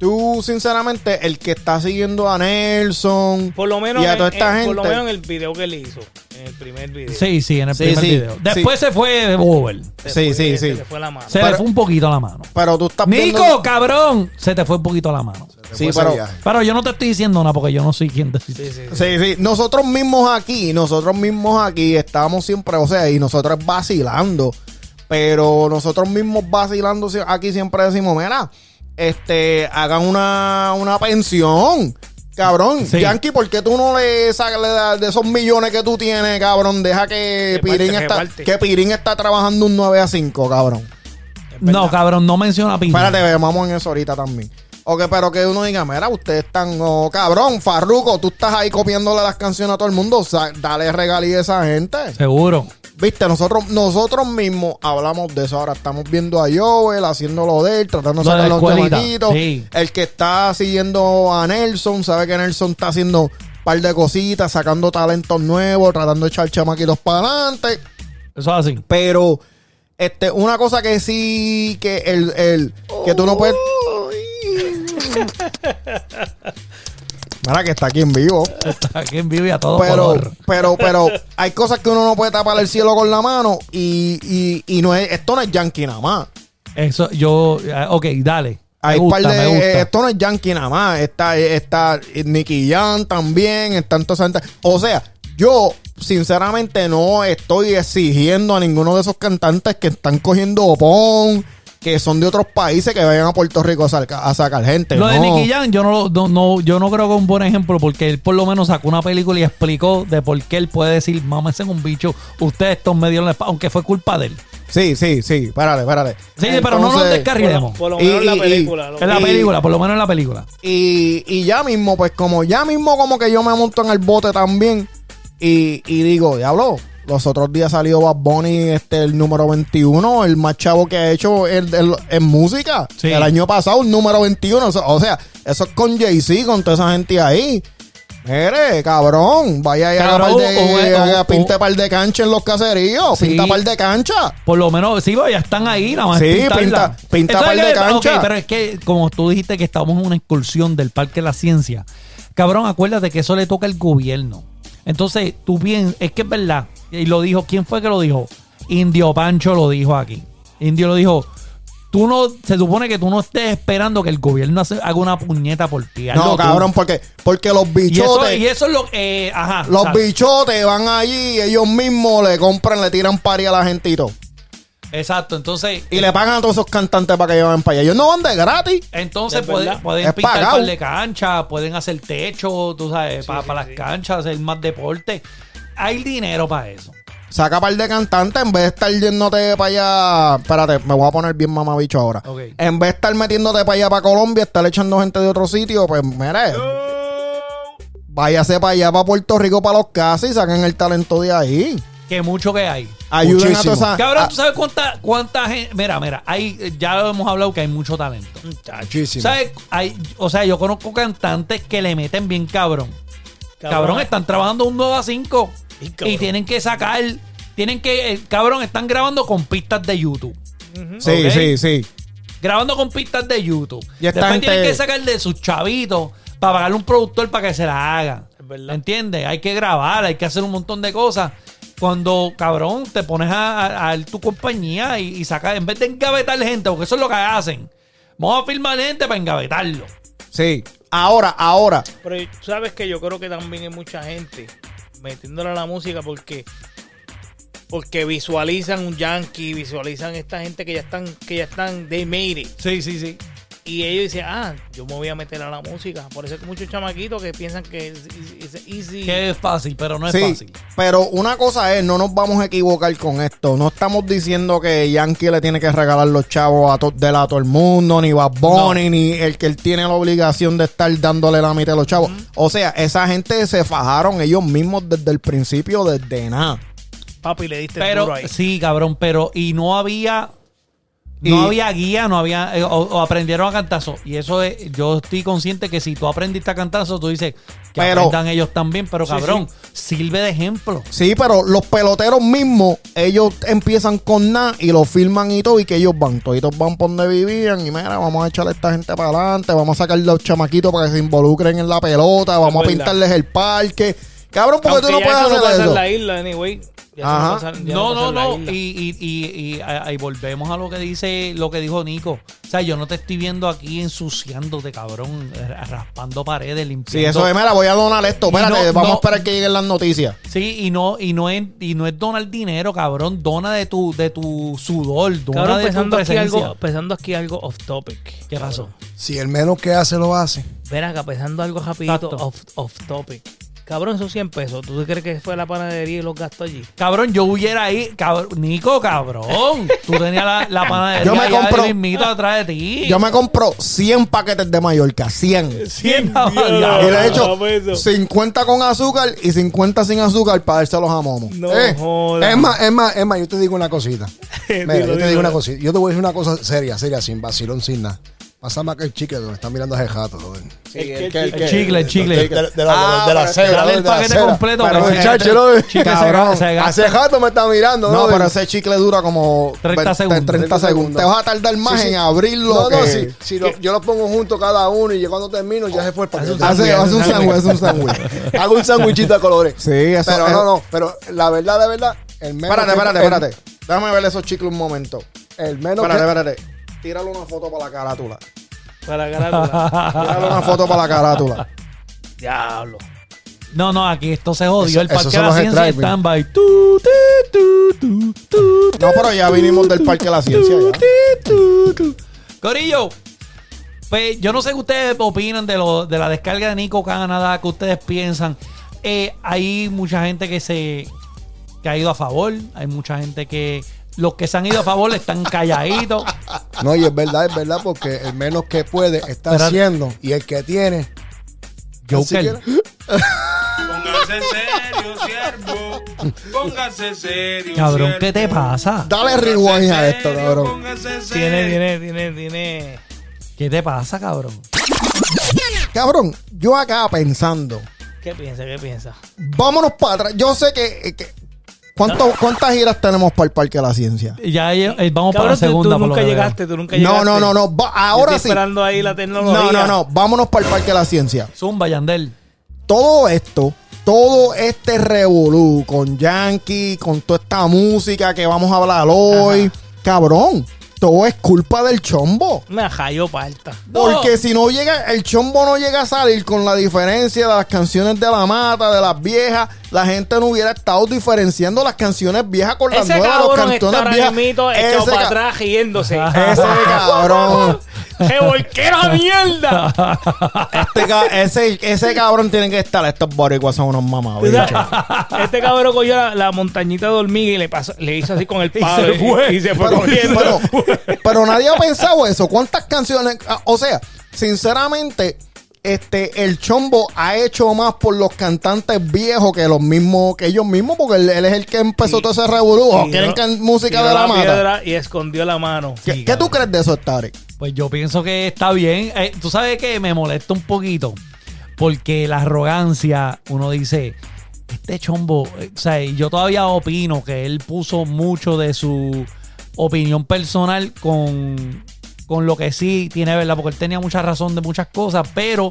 Speaker 5: Tú, sinceramente, el que está siguiendo a Nelson
Speaker 6: Por lo menos,
Speaker 5: y a toda
Speaker 6: en-
Speaker 5: esta
Speaker 6: en-
Speaker 5: gente.
Speaker 6: por lo menos en el video que él hizo. En el primer video.
Speaker 2: Sí, sí, en el
Speaker 5: Sí,
Speaker 2: primer
Speaker 5: sí,
Speaker 2: video.
Speaker 5: sí.
Speaker 2: Después se fue over.
Speaker 6: Se
Speaker 5: Sí,
Speaker 6: fue-
Speaker 5: sí,
Speaker 6: se
Speaker 5: sí.
Speaker 6: le fue la mano.
Speaker 2: Se le
Speaker 5: Pero-
Speaker 2: fue un poquito la mano.
Speaker 5: Pero tú estás viendo-
Speaker 2: Nico, cabrón, se te fue un poquito la mano.
Speaker 5: Sí,
Speaker 4: Después
Speaker 5: pero.
Speaker 4: ese viaje.
Speaker 2: Pero yo no te estoy diciendo nada porque yo no soy quien te
Speaker 6: Sí, sí, sí.
Speaker 5: Sí, sí. Nosotros mismos aquí, nosotros mismos aquí estamos siempre, o sea, y nosotros vacilando. Pero nosotros mismos vacilando si- aquí siempre decimos, mira, este, hagan una, una pensión. Cabrón,
Speaker 2: Sí.
Speaker 5: Yankee, ¿por qué tú no le sacas le das de esos millones que tú tienes, cabrón? Deja
Speaker 6: Que
Speaker 5: que,
Speaker 6: parte,
Speaker 5: Pirín,
Speaker 6: que
Speaker 5: está,
Speaker 6: parte.
Speaker 5: que Pirín está trabajando un 9 a 5, cabrón.
Speaker 2: No, cabrón, no menciona Piña.
Speaker 5: Espérate, ve, vamos en eso ahorita también. Ok, pero que uno diga, mira, ustedes están, oh, cabrón, Farruco, tú estás ahí copiándole las canciones a todo el mundo, o sea, dale regalí a esa gente.
Speaker 2: Seguro.
Speaker 5: Viste, nosotros nosotros mismos hablamos de eso. Ahora estamos viendo a Joel haciendo lo de él, tratando de
Speaker 2: Lo de
Speaker 5: sacar
Speaker 2: la
Speaker 5: los
Speaker 2: escuelita,
Speaker 5: chamaquitos.
Speaker 2: sí.
Speaker 5: El que está siguiendo a Nelson, sabe que Nelson está haciendo un par de cositas, sacando talentos nuevos, tratando de echar chamaquitos para adelante.
Speaker 2: Eso es así.
Speaker 5: Pero este, una cosa que sí, que el, el que tú no puedes. Mira que está aquí en vivo.
Speaker 2: Aquí en vivo y a todo
Speaker 5: Pero,
Speaker 2: color.
Speaker 5: pero, pero hay cosas que uno no puede tapar el cielo con la mano. Y, y, y no es, esto no es yankee nada más.
Speaker 2: Eso, yo... eh, Ok, dale.
Speaker 5: Hay
Speaker 2: Me
Speaker 5: un par
Speaker 2: gusta,
Speaker 5: de-
Speaker 2: me
Speaker 5: eh,
Speaker 2: gusta.
Speaker 5: esto no es yankee nada más. Está, eh, está Nicky Jan también. Están toda esa gente. O sea, yo sinceramente no estoy exigiendo a ninguno de esos cantantes que están cogiendo opón, que son de otros países, que vayan a Puerto Rico a, saca- a sacar gente.
Speaker 2: Lo de
Speaker 5: no.
Speaker 2: Nicky Jam, yo no, lo- no, no- yo no creo que es un buen ejemplo porque él por lo menos sacó una película y explicó de por qué él puede decir, mámense un bicho, ustedes estos me dieron la espalda, aunque fue culpa de él.
Speaker 5: Sí, sí, sí. Espérate, espérate.
Speaker 2: Sí, pero no nos
Speaker 5: Entonces-
Speaker 2: descarrilemos.
Speaker 6: Por lo
Speaker 5: Y-
Speaker 6: menos en
Speaker 5: y- y-
Speaker 6: la película. lo-
Speaker 2: En la
Speaker 5: y-
Speaker 2: película, por lo menos en la película.
Speaker 5: Y, y ya mismo, pues como ya mismo como que yo me monto en el bote también y, y digo, diablo, los otros días salió Bad Bunny, este, el número 21, el más chavo que ha hecho el- el- en música.
Speaker 2: Sí.
Speaker 5: El año pasado, el número 21. O sea, o sea, eso es con Jay-Z, con toda esa gente ahí. Mire, cabrón, vaya y haga,
Speaker 2: Cabrón,
Speaker 5: par de-
Speaker 2: o- o-
Speaker 5: haga-
Speaker 2: o-
Speaker 5: pinte par de cancha en los caseríos,
Speaker 2: Sí.
Speaker 5: pinta par de cancha.
Speaker 2: Por lo menos, sí, ya están ahí, nada más.
Speaker 5: Sí,
Speaker 2: es pintarla.
Speaker 5: pinta- pinta
Speaker 2: Entonces,
Speaker 5: par de
Speaker 2: que-
Speaker 5: cancha.
Speaker 2: ok, pero es que, como tú dijiste que estamos en una excursión del Parque de la Ciencia, cabrón, acuérdate que eso le toca al gobierno. Entonces, tú bien, es que es verdad, y lo dijo, ¿quién fue que lo dijo? Indio Pancho lo dijo aquí. Indio lo dijo. Tú no, se supone que tú no estés esperando que el gobierno hace- haga una puñeta por ti. hazlo
Speaker 5: No,
Speaker 2: tú.
Speaker 5: cabrón, porque, porque los
Speaker 2: Y eso,
Speaker 5: bichotes...
Speaker 2: y eso es lo que. ajá.
Speaker 5: Los
Speaker 2: exacto.
Speaker 5: bichotes van allí, ellos mismos le compran, le tiran pari a la gente y todo.
Speaker 2: Exacto. Entonces,
Speaker 5: Y le pagan a todos esos cantantes para que lleven para allá. Ellos no van de gratis.
Speaker 2: Entonces
Speaker 6: Es
Speaker 2: pueden,
Speaker 6: verdad.
Speaker 2: pueden
Speaker 5: Es
Speaker 2: pintar
Speaker 5: pagado.
Speaker 2: par de canchas, pueden hacer techo, tú sabes, para las canchas, hacer más deporte. Hay dinero para eso.
Speaker 5: Saca par de cantantes en vez de estar yéndote para allá. Espérate, me voy a poner bien mamabicho ahora.
Speaker 3: Ok.
Speaker 5: En vez de estar metiéndote para allá, para Colombia, estar echando gente de otro sitio, pues mire. Váyase para allá, para Puerto Rico, para los casos y saquen el talento de ahí.
Speaker 2: Que mucho que hay.
Speaker 5: Ayuden a
Speaker 4: Muchísimo.
Speaker 5: toda esa.
Speaker 2: Cabrón,
Speaker 5: a-
Speaker 2: ¿tú sabes cuánta, cuánta gente? Mira, mira, hay, ya hemos hablado que hay mucho talento.
Speaker 5: Ah,
Speaker 4: Muchísimo.
Speaker 2: ¿Sabes? Hay, o sea, yo conozco cantantes que le meten bien cabrón. Cabrón, están trabajando un 2 a 5
Speaker 6: Bien, eh. cabrón.
Speaker 2: y tienen que sacar, tienen que, eh, cabrón, están grabando con pistas de YouTube.
Speaker 5: Sí,
Speaker 2: Ok.
Speaker 5: sí, sí.
Speaker 2: grabando con pistas de YouTube.
Speaker 5: Y esta
Speaker 2: Después
Speaker 5: gente-
Speaker 2: tienen que sacar de sus chavitos para pagarle un productor para que se la haga.
Speaker 6: Es verdad.
Speaker 2: ¿Entiendes? Hay que grabar, hay que hacer un montón de cosas. Cuando, cabrón, te pones a, a- a tu compañía y, y saca, en vez de engavetar gente, porque eso es lo que hacen, vamos a filmar gente para engavetarlo.
Speaker 5: Sí. Ahora, ahora.
Speaker 6: Pero tú sabes que yo creo que también hay mucha gente metiéndole a la música porque porque visualizan un yankee, visualizan esta gente que ya están que ya están they made it.
Speaker 2: Sí, sí, sí.
Speaker 6: y ellos dicen, "Ah, yo me voy a meter a la música." Por eso es que muchos chamaquitos que piensan que es es- es easy.
Speaker 2: Que es fácil, pero no es
Speaker 5: sí,
Speaker 2: fácil.
Speaker 5: Pero una cosa es, no nos vamos a equivocar con esto. No estamos diciendo que Yankee le tiene que regalar los chavos a to- de la a todo el mundo, ni Bad Bunny, ni el que él tiene la obligación de estar dándole la mitad a los chavos. O sea, esa gente se fajaron ellos mismos desde el principio, desde nada.
Speaker 6: Papi le diste duro
Speaker 2: Pero,
Speaker 6: ahí.
Speaker 2: sí, cabrón, pero, y no había,
Speaker 5: Y-
Speaker 2: no había guía, no había, eh, o, o aprendieron a cantazo. Y eso es, yo estoy consciente que si tú aprendiste a cantazo, tú dices que
Speaker 5: Pero-
Speaker 2: aprendan ellos también, pero cabrón, sirve de ejemplo.
Speaker 5: Sí, pero los peloteros mismos, ellos empiezan con nada y lo firman y todo, y que ellos van, toditos van por donde vivían, y mira, vamos a echarle a esta gente para adelante, vamos a sacar los chamaquitos para que se involucren en la pelota, vamos a
Speaker 6: verdad.
Speaker 5: pintarles el parque. Cabrón, ¿por qué tú no
Speaker 6: Aunque
Speaker 5: puedes
Speaker 6: ya eso
Speaker 5: hacer
Speaker 6: pasa en
Speaker 5: eso?
Speaker 6: la isla, anyway. Ya eso
Speaker 5: Ajá.
Speaker 6: pasa- ya
Speaker 2: No,
Speaker 6: pasa
Speaker 2: no,
Speaker 6: en la
Speaker 2: no.
Speaker 6: isla.
Speaker 2: Y, y, y, y ahí volvemos a lo que dice, lo que dijo Nico. O sea, yo no te estoy viendo aquí ensuciándote, cabrón, eh, raspando paredes, limpiando.
Speaker 5: Sí, eso es, mira, voy a donar esto,
Speaker 2: Y no,
Speaker 5: espérate, vamos
Speaker 2: no.
Speaker 5: a esperar que lleguen las noticias.
Speaker 2: Sí, y no, y no es, y no es donar dinero, cabrón. Dona de tu, de tu sudor, dona
Speaker 6: Cabrón,
Speaker 2: de tu
Speaker 6: pensando aquí,
Speaker 2: presencia.
Speaker 6: algo, pensando aquí algo off topic.
Speaker 2: ¿Qué pasó?
Speaker 4: Si el menos que hace lo hace.
Speaker 6: Ven acá, pensando algo rapidito
Speaker 2: Exacto.
Speaker 6: off, off topic. Cabrón, esos 100 pesos. ¿Tú crees que fue a la panadería y los gastó allí?
Speaker 2: Cabrón, yo huyera ahí. Cabrón, Nico, cabrón. Tú tenías la, la panadería
Speaker 5: Yo me
Speaker 2: allá
Speaker 5: compro-
Speaker 2: del mismito atrás de ti.
Speaker 5: Yo me compro 100 paquetes de Mallorca, 100.
Speaker 2: Cien,
Speaker 5: Y le he
Speaker 6: Ah,
Speaker 5: hecho
Speaker 6: peso.
Speaker 5: 50 con azúcar y 50 sin azúcar para dárselos a Momo.
Speaker 6: No
Speaker 4: Eh,
Speaker 6: jodas.
Speaker 4: Es más, es más, es más, yo te digo una cosita. Mira,
Speaker 6: Dilo,
Speaker 4: yo te
Speaker 6: dilo.
Speaker 4: digo una cosita. Yo te voy a decir una cosa seria, seria, sin vacilón, sin nada. Pasa más que el chique, donde está mirando a ese jato. brother.
Speaker 2: El chicle, el
Speaker 4: De,
Speaker 2: chicle.
Speaker 4: de- de la,
Speaker 5: Ah,
Speaker 4: de la
Speaker 5: pero-
Speaker 4: cebra,
Speaker 2: Dale
Speaker 4: brother, de
Speaker 2: el
Speaker 4: la
Speaker 2: paquete
Speaker 4: cebra.
Speaker 2: completo,
Speaker 4: Pero
Speaker 2: porque
Speaker 4: muchacho,
Speaker 2: ese-
Speaker 4: brother,
Speaker 2: chique se
Speaker 5: cabrón,
Speaker 2: gasta- se gasta.
Speaker 4: hace jato me está mirando.
Speaker 5: No,
Speaker 4: brother.
Speaker 5: pero ese chicle dura como
Speaker 2: 30
Speaker 5: 20,
Speaker 2: segundos.
Speaker 5: 30 segundos. Te vas a tardar más
Speaker 4: Sí, sí.
Speaker 5: en abrirlo.
Speaker 4: No, no,
Speaker 5: que-
Speaker 4: si, si lo- yo los pongo junto cada uno y yo cuando termino ya se fue el paquete.
Speaker 5: Hace, hace un sándwich, hace un sándwich.
Speaker 4: Hago un sándwichito a colores.
Speaker 5: Sí, eso
Speaker 4: Pero
Speaker 5: es-
Speaker 4: no, no, pero la verdad, la verdad, el menos.
Speaker 5: Espérate,
Speaker 4: que-
Speaker 5: espérate,
Speaker 4: el-
Speaker 5: espérate. Déjame ver esos chicles un momento.
Speaker 4: El, menos.
Speaker 5: Espérate,
Speaker 4: que-
Speaker 5: espérate. Tírale una foto para la carátula.
Speaker 6: Para ganarla.
Speaker 5: Tírale una foto para la carátula.
Speaker 6: Diablo.
Speaker 2: No, no, aquí esto se jodió.
Speaker 4: Eso-
Speaker 2: el parque
Speaker 4: esos
Speaker 2: de
Speaker 4: son
Speaker 2: la
Speaker 4: los
Speaker 2: ciencia
Speaker 4: stripes.
Speaker 2: stand-by. Tu, ti, tu, tu, tu, ti,
Speaker 5: No, pero ya vinimos del Parque de la Ciencia.
Speaker 2: tu,
Speaker 5: ya.
Speaker 2: ti, tu, tu. Corillo, pues yo no sé qué ustedes opinan de, lo, de la descarga de Nico Canadá, que ustedes piensan. Eh, hay mucha gente que se que ha ido a favor, hay mucha gente que los que se han ido a favor están calladitos.
Speaker 4: No, y es verdad, es verdad, porque el menos que puede está
Speaker 2: Espérate.
Speaker 4: haciendo y el que tiene.
Speaker 2: Joker.
Speaker 8: Póngase serio, siervo. Póngase serio.
Speaker 2: Cabrón,
Speaker 8: siervo.
Speaker 2: ¿qué te pasa?
Speaker 5: Dale
Speaker 8: Póngase
Speaker 5: rewind a
Speaker 8: serio,
Speaker 5: esto, cabrón.
Speaker 8: Póngase serio.
Speaker 6: Tiene, tiene, tiene, tiene.
Speaker 2: ¿Qué te pasa, cabrón?
Speaker 5: Cabrón, yo acá pensando.
Speaker 6: ¿Qué piensa? ¿Qué piensa?
Speaker 5: Vámonos para atrás. Yo sé que. eh, que- ¿cuánto- ¿Cuántas giras tenemos para el Parque de la Ciencia?
Speaker 2: Ya eh, vamos para
Speaker 6: Cabrón,
Speaker 2: la
Speaker 6: tú- tú,
Speaker 2: segunda. por lo
Speaker 6: nunca
Speaker 2: que veo.
Speaker 6: llegaste, tú nunca
Speaker 5: No,
Speaker 6: llegaste.
Speaker 5: no, no, no. va-
Speaker 6: Yo
Speaker 5: ahora
Speaker 6: estoy
Speaker 5: sí.
Speaker 6: esperando ahí la tecnología.
Speaker 5: No, no, no. Vámonos para el Parque de la Ciencia.
Speaker 2: Zumba, Yandel.
Speaker 5: Todo esto, todo este revolú con Yankee, con toda esta música que vamos a hablar hoy. Cabrón, todo es culpa del chombo.
Speaker 6: Me ajayó parta.
Speaker 5: Porque si no llega, el chombo no llega a salir con la diferencia de las canciones de la mata, de las viejas, la gente no hubiera estado diferenciando las canciones viejas con las
Speaker 6: Ese
Speaker 5: nuevas, los
Speaker 6: cabrón está
Speaker 5: cantones
Speaker 6: ahora
Speaker 5: viejas.
Speaker 6: mismito echado
Speaker 5: Ese
Speaker 6: para
Speaker 5: ca-
Speaker 6: atrás riéndose.
Speaker 5: Ese cabrón.
Speaker 6: ¡Revolquera mierda!
Speaker 5: Este ca- ese, ese cabrón tiene que estar. Estos boricuas son unos mamabichos.
Speaker 6: Este cabrón cogió la, la montañita de hormiga y le, pasó, le hizo así con el palo.
Speaker 2: se fue.
Speaker 6: Y, se fue
Speaker 5: Pero,
Speaker 6: corriendo.
Speaker 5: pero- pero nadie ha pensado eso. ¿Cuántas canciones? ah, O sea, sinceramente, este, el chombo ha hecho más por los cantantes viejos que los mismos, que ellos mismos, porque él, él es el que empezó todo ese revolú.
Speaker 6: Tiró-
Speaker 5: Oh, Quieren can- música
Speaker 6: tiró
Speaker 5: de la mata.
Speaker 6: piedra Y escondió la mano.
Speaker 5: ¿Qué, qué tú crees de eso, Starek?
Speaker 2: Pues yo pienso que está bien. Eh, tú sabes que me molesta un poquito. Porque la arrogancia, uno dice, este chombo, eh, o sea, y yo todavía opino que él puso mucho de su opinión personal con, con lo que sí tiene, ¿verdad? Porque él tenía mucha razón de muchas cosas, pero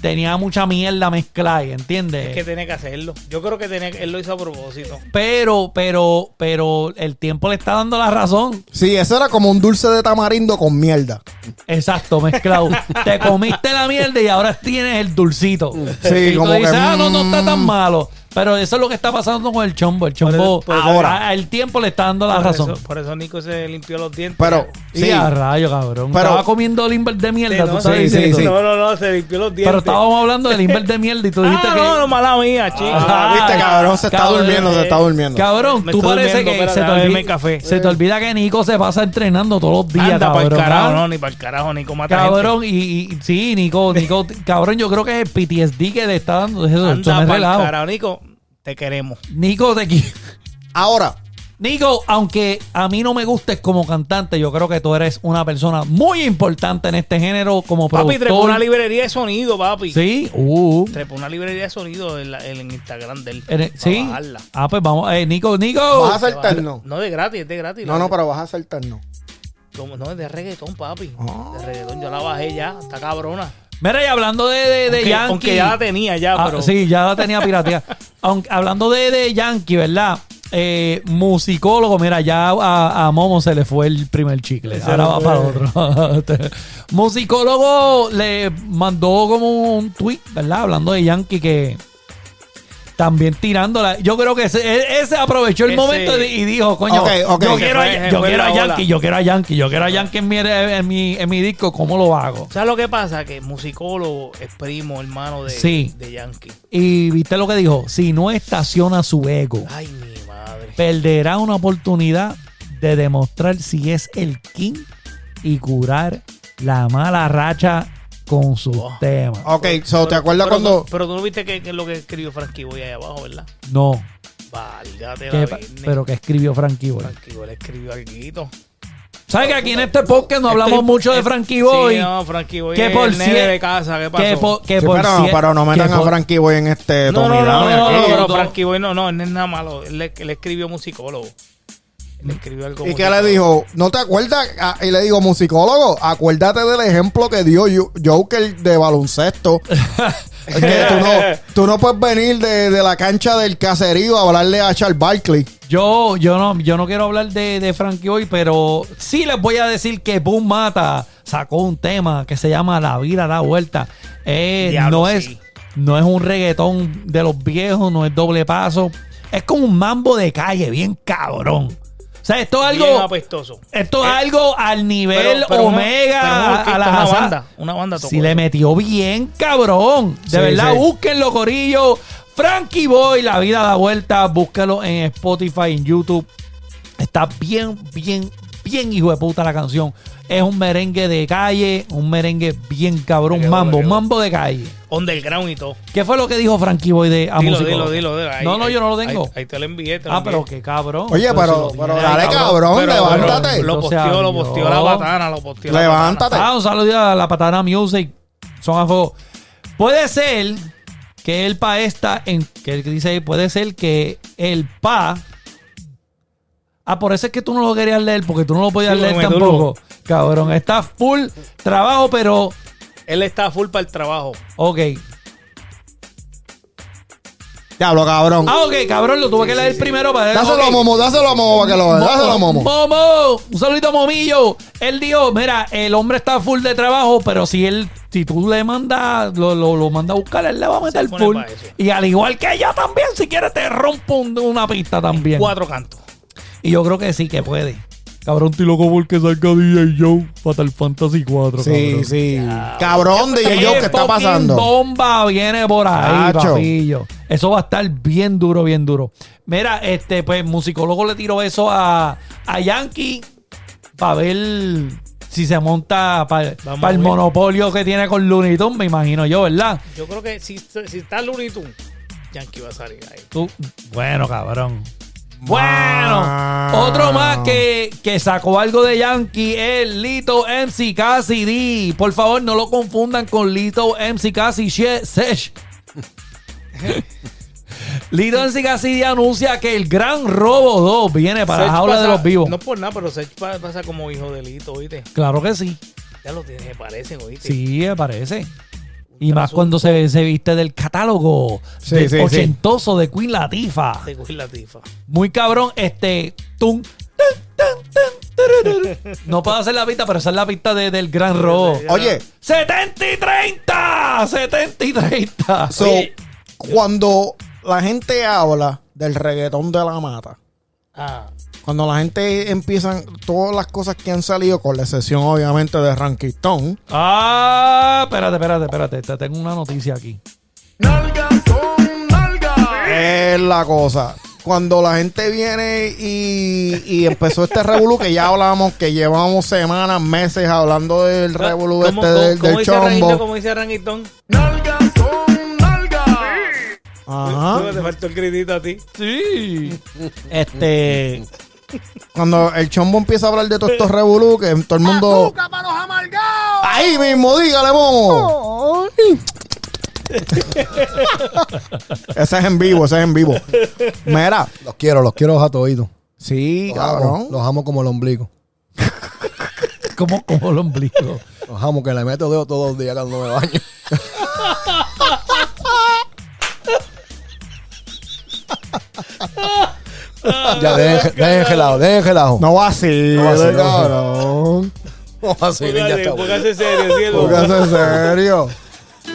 Speaker 2: tenía mucha mierda mezclada, ¿entiendes?
Speaker 6: Es que tenía que hacerlo. Yo creo que tenía, que- él lo hizo a propósito.
Speaker 2: Pero, pero, pero el tiempo le está dando la razón.
Speaker 5: Sí, eso era como un dulce de tamarindo con mierda.
Speaker 2: Exacto, mezclado. Te comiste la mierda y ahora tienes el dulcito.
Speaker 5: Sí,
Speaker 2: y tú
Speaker 5: como que,
Speaker 2: dices, ah, no, no está tan
Speaker 5: mm.
Speaker 2: malo. Pero eso es lo que está pasando con el chombo. El chombo
Speaker 6: eso- por eso-
Speaker 2: ahora, el tiempo le está dando la
Speaker 6: por
Speaker 2: razón.
Speaker 6: Eso, por eso Nico se limpió los dientes.
Speaker 5: Pero,
Speaker 2: Sí,
Speaker 5: sí,
Speaker 2: a rayo, cabrón.
Speaker 5: Pero-
Speaker 2: estaba comiendo limber de mierda,
Speaker 6: Sí,
Speaker 2: tú
Speaker 6: no,
Speaker 2: estás
Speaker 6: sí,
Speaker 2: diciendo.
Speaker 5: sí.
Speaker 6: No, no, no, se limpió los dientes.
Speaker 2: Pero estábamos hablando de limber de mierda y tú dijiste
Speaker 6: ah,
Speaker 2: que.
Speaker 6: no, no, mala mía, chico.
Speaker 2: Ah,
Speaker 5: viste, cabrón, se está
Speaker 2: cabrón, eh,
Speaker 5: durmiendo, se está durmiendo.
Speaker 2: Cabrón,
Speaker 6: Me
Speaker 2: tú
Speaker 6: estoy
Speaker 2: parece
Speaker 6: durmiendo,
Speaker 2: que
Speaker 6: espérate,
Speaker 2: se te,
Speaker 6: a beberme
Speaker 2: olvi-
Speaker 6: café.
Speaker 2: se te olvida que Nico se pasa entrenando todos los días,
Speaker 6: Anda para el
Speaker 2: cabrón.
Speaker 6: carajo,
Speaker 2: ¿ah?
Speaker 6: no, ni para el carajo, Nico mata
Speaker 2: Cabrón, y, y- sí, Nico, Nico, cabrón, yo creo que es el PTSD que le está dando. Eso,
Speaker 6: gente.
Speaker 2: eso no es
Speaker 6: Anda para el
Speaker 2: relajo.
Speaker 6: carajo, Nico, te queremos.
Speaker 2: Nico, te qui-
Speaker 5: ahora,
Speaker 2: Nico, aunque a mí no me gustes como cantante, yo creo que tú eres una persona muy importante en este género como
Speaker 6: Papi,
Speaker 2: productor.
Speaker 6: trepó una librería de sonido, papi.
Speaker 2: Sí, uh,
Speaker 6: Trepó una librería de sonido en, la- en el Instagram de él.
Speaker 2: eres-
Speaker 6: para
Speaker 2: sí.
Speaker 6: bajarla.
Speaker 2: Ah, pues vamos, eh, Nico, Nico.
Speaker 5: vas a saltarnos.
Speaker 6: No, de gratis, es de gratis.
Speaker 5: No, no, pero vas a saltarnos.
Speaker 6: Como- No, es de reggaetón, papi.
Speaker 5: Ah.
Speaker 6: De reggaetón, yo la bajé ya, está cabrona.
Speaker 2: Mira, y hablando de, de, de
Speaker 6: Aunque,
Speaker 2: Yankee.
Speaker 6: aunque ya la tenía ya,
Speaker 2: Ah,
Speaker 6: pero...
Speaker 2: Sí, ya la tenía pirateada. Aunque, hablando de, de Yankee, ¿verdad? Eh, musicólogo, mira, ya a, a Momo se le fue el primer chicle. ahora va para otro. musicólogo le mandó como un tweet, ¿verdad? Hablando de Yankee que también tirándola. Yo creo que ese, ese aprovechó el
Speaker 6: Ese-
Speaker 2: momento y y dijo, coño,
Speaker 5: Ok, ok.
Speaker 2: yo
Speaker 5: Se
Speaker 2: quiero,
Speaker 6: fue-
Speaker 2: a,
Speaker 6: se
Speaker 2: yo
Speaker 6: fue
Speaker 2: quiero
Speaker 6: la
Speaker 2: a
Speaker 6: ola.
Speaker 2: Yankee, yo quiero a Yankee, yo quiero a Yankee en mi, en mi, en mi disco, ¿cómo lo hago?
Speaker 6: ¿Sabes lo que pasa? Que musicólogo es primo, hermano de,
Speaker 2: Sí.
Speaker 6: de Yankee.
Speaker 2: Y viste lo que dijo, si no estaciona su ego.
Speaker 6: Ay, mi madre.
Speaker 2: perderá una oportunidad de demostrar si es el king y curar la mala racha con sus
Speaker 6: Oh.
Speaker 2: temas.
Speaker 5: Ok, so, ¿te
Speaker 6: Pero-
Speaker 5: acuerdas
Speaker 6: pero
Speaker 5: cuando.?
Speaker 6: tú- Pero tú no viste que, que lo que escribió Frankie Boy ahí abajo, ¿verdad?
Speaker 2: No,
Speaker 6: Válgate
Speaker 2: que-
Speaker 6: la business.
Speaker 2: pero que escribió Frankie Boy.
Speaker 6: Frankie Boy le escribió algo.
Speaker 2: ¿Sabes que aquí en este podcast no hablamos mucho de Frankie Boy?
Speaker 6: Sí, no, Frankie Boy
Speaker 2: Que
Speaker 6: es
Speaker 2: por
Speaker 6: el nene
Speaker 2: cier-
Speaker 6: de casa, ¿qué pasó?
Speaker 2: que por, que
Speaker 5: Sí,
Speaker 2: por
Speaker 5: pero,
Speaker 2: cier-
Speaker 5: pero no metan
Speaker 2: que
Speaker 5: a
Speaker 2: por-
Speaker 5: Frankie Boy en este
Speaker 6: No, no, no,
Speaker 5: Tommy
Speaker 6: no,
Speaker 5: Dame
Speaker 6: no,
Speaker 5: aquí.
Speaker 6: no, pero
Speaker 2: no.
Speaker 6: Frankie Boy no, no, él no es nada malo. Él, le- él escribió musicólogo. Él escribió algo
Speaker 5: ¿Y qué le
Speaker 6: musicólogo.
Speaker 5: dijo? ¿No te acuerdas? Ah, Y le digo, musicólogo, acuérdate del ejemplo que dio Yo- Joker de baloncesto. Es que tú, no, tú no puedes venir de, de la cancha del caserío a hablarle a Charles Barkley.
Speaker 2: Yo, yo no, yo no quiero hablar de, de Frankie Boy, pero sí les voy a decir que Boom Mata sacó un tema que se llama La vida da vuelta. Eh,
Speaker 6: Diablo,
Speaker 2: no
Speaker 6: sí.
Speaker 2: es, no es un reggaetón de los viejos, no es doble paso. Es como un mambo de calle, bien cabrón. O sea, esto es
Speaker 6: Bien
Speaker 2: algo.
Speaker 6: apestoso.
Speaker 2: Esto es
Speaker 6: Eh,
Speaker 2: algo al nivel
Speaker 6: Pero- pero una-
Speaker 2: Omega.
Speaker 6: pero una orquesta,
Speaker 2: a la
Speaker 6: una
Speaker 2: Hazard.
Speaker 6: banda, una banda tocó
Speaker 2: Si le
Speaker 6: eso.
Speaker 2: metió bien, cabrón. De
Speaker 5: Sí,
Speaker 2: verdad,
Speaker 5: sí.
Speaker 2: búsquenlo, Corillo. Frankie Boy, la vida da vuelta. Búsquenlo en Spotify, en YouTube. Está bien, bien, bien hijo de puta la canción. Es un merengue de calle, un merengue bien cabrón.
Speaker 6: Me quedó,
Speaker 2: mambo,
Speaker 6: me quedó.
Speaker 2: mambo de calle.
Speaker 6: Underground y todo.
Speaker 2: ¿Qué fue lo que dijo Frankie Boy de a
Speaker 6: Dilo,
Speaker 2: Musicólogo?
Speaker 6: dilo, dilo, dilo. Ahí-
Speaker 2: no, no, yo no lo
Speaker 6: ahí-
Speaker 2: tengo.
Speaker 6: Ahí, te lo envié. te lo
Speaker 2: ah,
Speaker 6: envié.
Speaker 2: pero qué cabrón.
Speaker 5: Oye,
Speaker 2: Pero
Speaker 5: pero-
Speaker 2: si lo tiene
Speaker 5: pero
Speaker 2: ahí,
Speaker 5: dale, cabrón, levántate.
Speaker 6: Lo
Speaker 2: Entonces,
Speaker 6: posteó, lo
Speaker 2: adiós.
Speaker 6: posteó la batana, lo posteó. la
Speaker 5: Levántate.
Speaker 2: Ah, un saludo a la Patana Music. Son a fuego. Puede ser que el PA está en. Que él dice ahí, puede ser que el PA. Ah, por eso es que tú no lo querías leer, porque tú no lo podías
Speaker 6: Sí,
Speaker 2: leer
Speaker 6: porque me
Speaker 2: tampoco. Cabrón, está full trabajo, pero.
Speaker 6: batana. Él está full para el trabajo.
Speaker 2: Ok.
Speaker 5: Diablo, cabrón.
Speaker 2: Ah, ok, cabrón, lo tuve que leer primero para
Speaker 5: Dáselo
Speaker 2: ok.
Speaker 5: a Momo, dáselo a Momo para que lo vea. Dáselo a Momo.
Speaker 2: Momo, un saludito a Momillo. Él dijo, mira, el hombre está full de trabajo, pero si él, si tú le mandas, lo, lo, lo mandas a buscar, él le va a meter
Speaker 6: pone
Speaker 2: full.
Speaker 6: pa' eso.
Speaker 2: Y al igual que ella también, si quieres te rompo un- una pista también.
Speaker 6: Cuatro cantos.
Speaker 2: Y yo creo que sí que puede. Cabrón, estoy loco porque salga DJ Joe Fatal Fantasy 4.
Speaker 5: Sí,
Speaker 2: cabrón.
Speaker 5: sí. Cabrón de yo
Speaker 2: ¿Qué
Speaker 5: ¿qué está
Speaker 2: fucking
Speaker 5: pasando?
Speaker 2: bomba viene por ahí,
Speaker 5: Chacho.
Speaker 2: papillo. Eso va a estar bien duro, bien duro. Mira, este, pues, musicólogo le tiró eso a, a Yankee para ver si se monta para
Speaker 6: Vamos a
Speaker 2: el
Speaker 6: ver.
Speaker 2: monopolio que tiene con Looney Tunes, me imagino yo, ¿verdad?
Speaker 6: Yo creo que si, si está Looney Tunes, Yankee va a salir ahí.
Speaker 2: Tú- bueno, cabrón. Bueno, otro más que, que sacó algo de Yankee es Lito MC Cassidy. Por favor, no lo confundan con Lito MC Cassidy. She- Sesh. Lito MC Cassidy anuncia que el Gran Robo 2 viene para la
Speaker 6: Sech
Speaker 2: jaula de
Speaker 6: pasa-
Speaker 2: los vivos.
Speaker 6: No por nada, pero Sech pa- pasa como hijo de Lito, oíste.
Speaker 2: Claro que sí.
Speaker 6: Ya lo tiene, parecen, oíste.
Speaker 2: Sí, me parece. Y más cuando se, se viste del catálogo
Speaker 5: Sí,
Speaker 2: del
Speaker 5: sí, sí.
Speaker 2: ochentoso de Queen Latifah.
Speaker 6: Te cogí la tifa.
Speaker 2: Muy cabrón, este. Tun, tun, tun, tun, turururu. No puedo hacer la pista, pero esa es la pista de- del gran robo.
Speaker 5: Oye,
Speaker 2: 70 y 30, 70 y 30.
Speaker 5: so, cuando la gente habla del reggaetón de la mata,
Speaker 6: Ah,
Speaker 5: cuando la gente empiezan todas las cosas que han salido, con la excepción obviamente de Ranquistón,
Speaker 2: Ah, espérate, espérate, espérate. Te tengo una noticia aquí.
Speaker 5: es la cosa. Cuando la gente viene y, y empezó este revolú que ya hablamos, que llevamos semanas, meses hablando del revolú este del, del
Speaker 6: dice Ranguito?
Speaker 5: chombo.
Speaker 6: ¿Cómo dice Ranguitón?
Speaker 2: ¿Ah?
Speaker 5: Ajá.
Speaker 6: Luego Te faltó el gritito a ti.
Speaker 2: Sí. Este.
Speaker 5: Cuando el chombo empieza a hablar de todos estos revolú, que todo el mundo. Ahí mismo, dígale, momo. ese es en vivo, ese es en vivo. Mira,
Speaker 4: Los quiero, los quiero a toditos.
Speaker 5: sí,
Speaker 4: Los amo,
Speaker 5: cabrón.
Speaker 4: los amo como el ombligo.
Speaker 2: Como, como lo ombligo.
Speaker 4: Los amo que le meto dedo todos los días cuando me baño. ya, dejen, dejen gelado, dejen gelado.
Speaker 5: No va así,
Speaker 4: No vacile,
Speaker 5: cabrón.
Speaker 4: no así, ya está.
Speaker 6: Póngase
Speaker 4: bueno.
Speaker 6: póngase serio, ciego.
Speaker 5: Póngase en serio.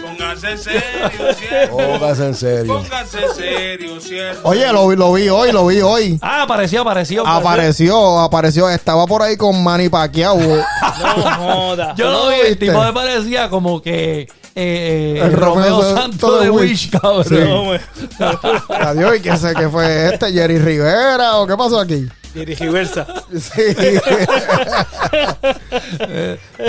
Speaker 8: Póngase serio, siervo.
Speaker 4: Póngase en
Speaker 9: Oh.
Speaker 4: serio.
Speaker 8: Póngase serio, siervo.
Speaker 5: Oye, lo, vi- lo vi hoy, lo vi hoy.
Speaker 2: Ah, apareció, apareció. apareció.
Speaker 5: Apareció, apareció. Estaba por ahí con Manny Pacquiao.
Speaker 6: No joda.
Speaker 2: Yo
Speaker 5: ¿No
Speaker 2: lo
Speaker 5: lo
Speaker 2: vi, el
Speaker 5: viste?
Speaker 2: tipo me parecía como que. eh, eh,
Speaker 5: El
Speaker 2: Romeo
Speaker 5: Romeo
Speaker 2: Santo
Speaker 5: Santo
Speaker 2: de
Speaker 5: de
Speaker 2: Wish, cabrón.
Speaker 6: No, me-
Speaker 5: Adiós, ¿y qué sé que fue este? ¿Jerry Rivera o qué pasó aquí?
Speaker 6: Dirigiversa.
Speaker 5: Sí.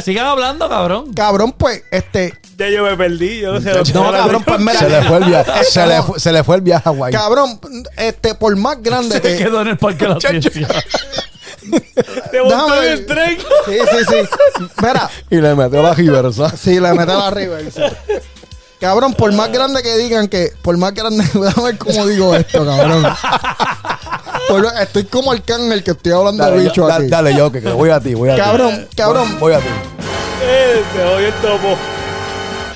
Speaker 2: Sigan hablando, cabrón.
Speaker 5: cabrón, pues, este.
Speaker 6: Ya yo me perdí. Yo no sé. dónde
Speaker 5: No,
Speaker 6: era.
Speaker 5: cabrón, pues mira.
Speaker 4: Se le fue el viaje, se le fue, se le fue el viaje a Hawái.
Speaker 5: Cabrón, este, por más grande
Speaker 2: Se
Speaker 5: que.
Speaker 2: quedó en el parque de la ciencia.
Speaker 6: Te botó
Speaker 5: Déjame-
Speaker 6: en el tren.
Speaker 5: Sí, sí, sí. Mira,
Speaker 4: Y le metió la giversa.
Speaker 5: sí, le mete la reversa. Cabrón, por más grande que digan que. Por más grande. Déjame ver cómo digo esto, cabrón. Por lo- estoy como el que estoy hablando
Speaker 4: Dale,
Speaker 5: bicho
Speaker 4: yo, da-
Speaker 5: aquí.
Speaker 4: dale, yo, que que voy a ti, voy a ti.
Speaker 5: Cabrón, cabrón.
Speaker 4: Voy a ti.
Speaker 6: Eh, Se oye el topo.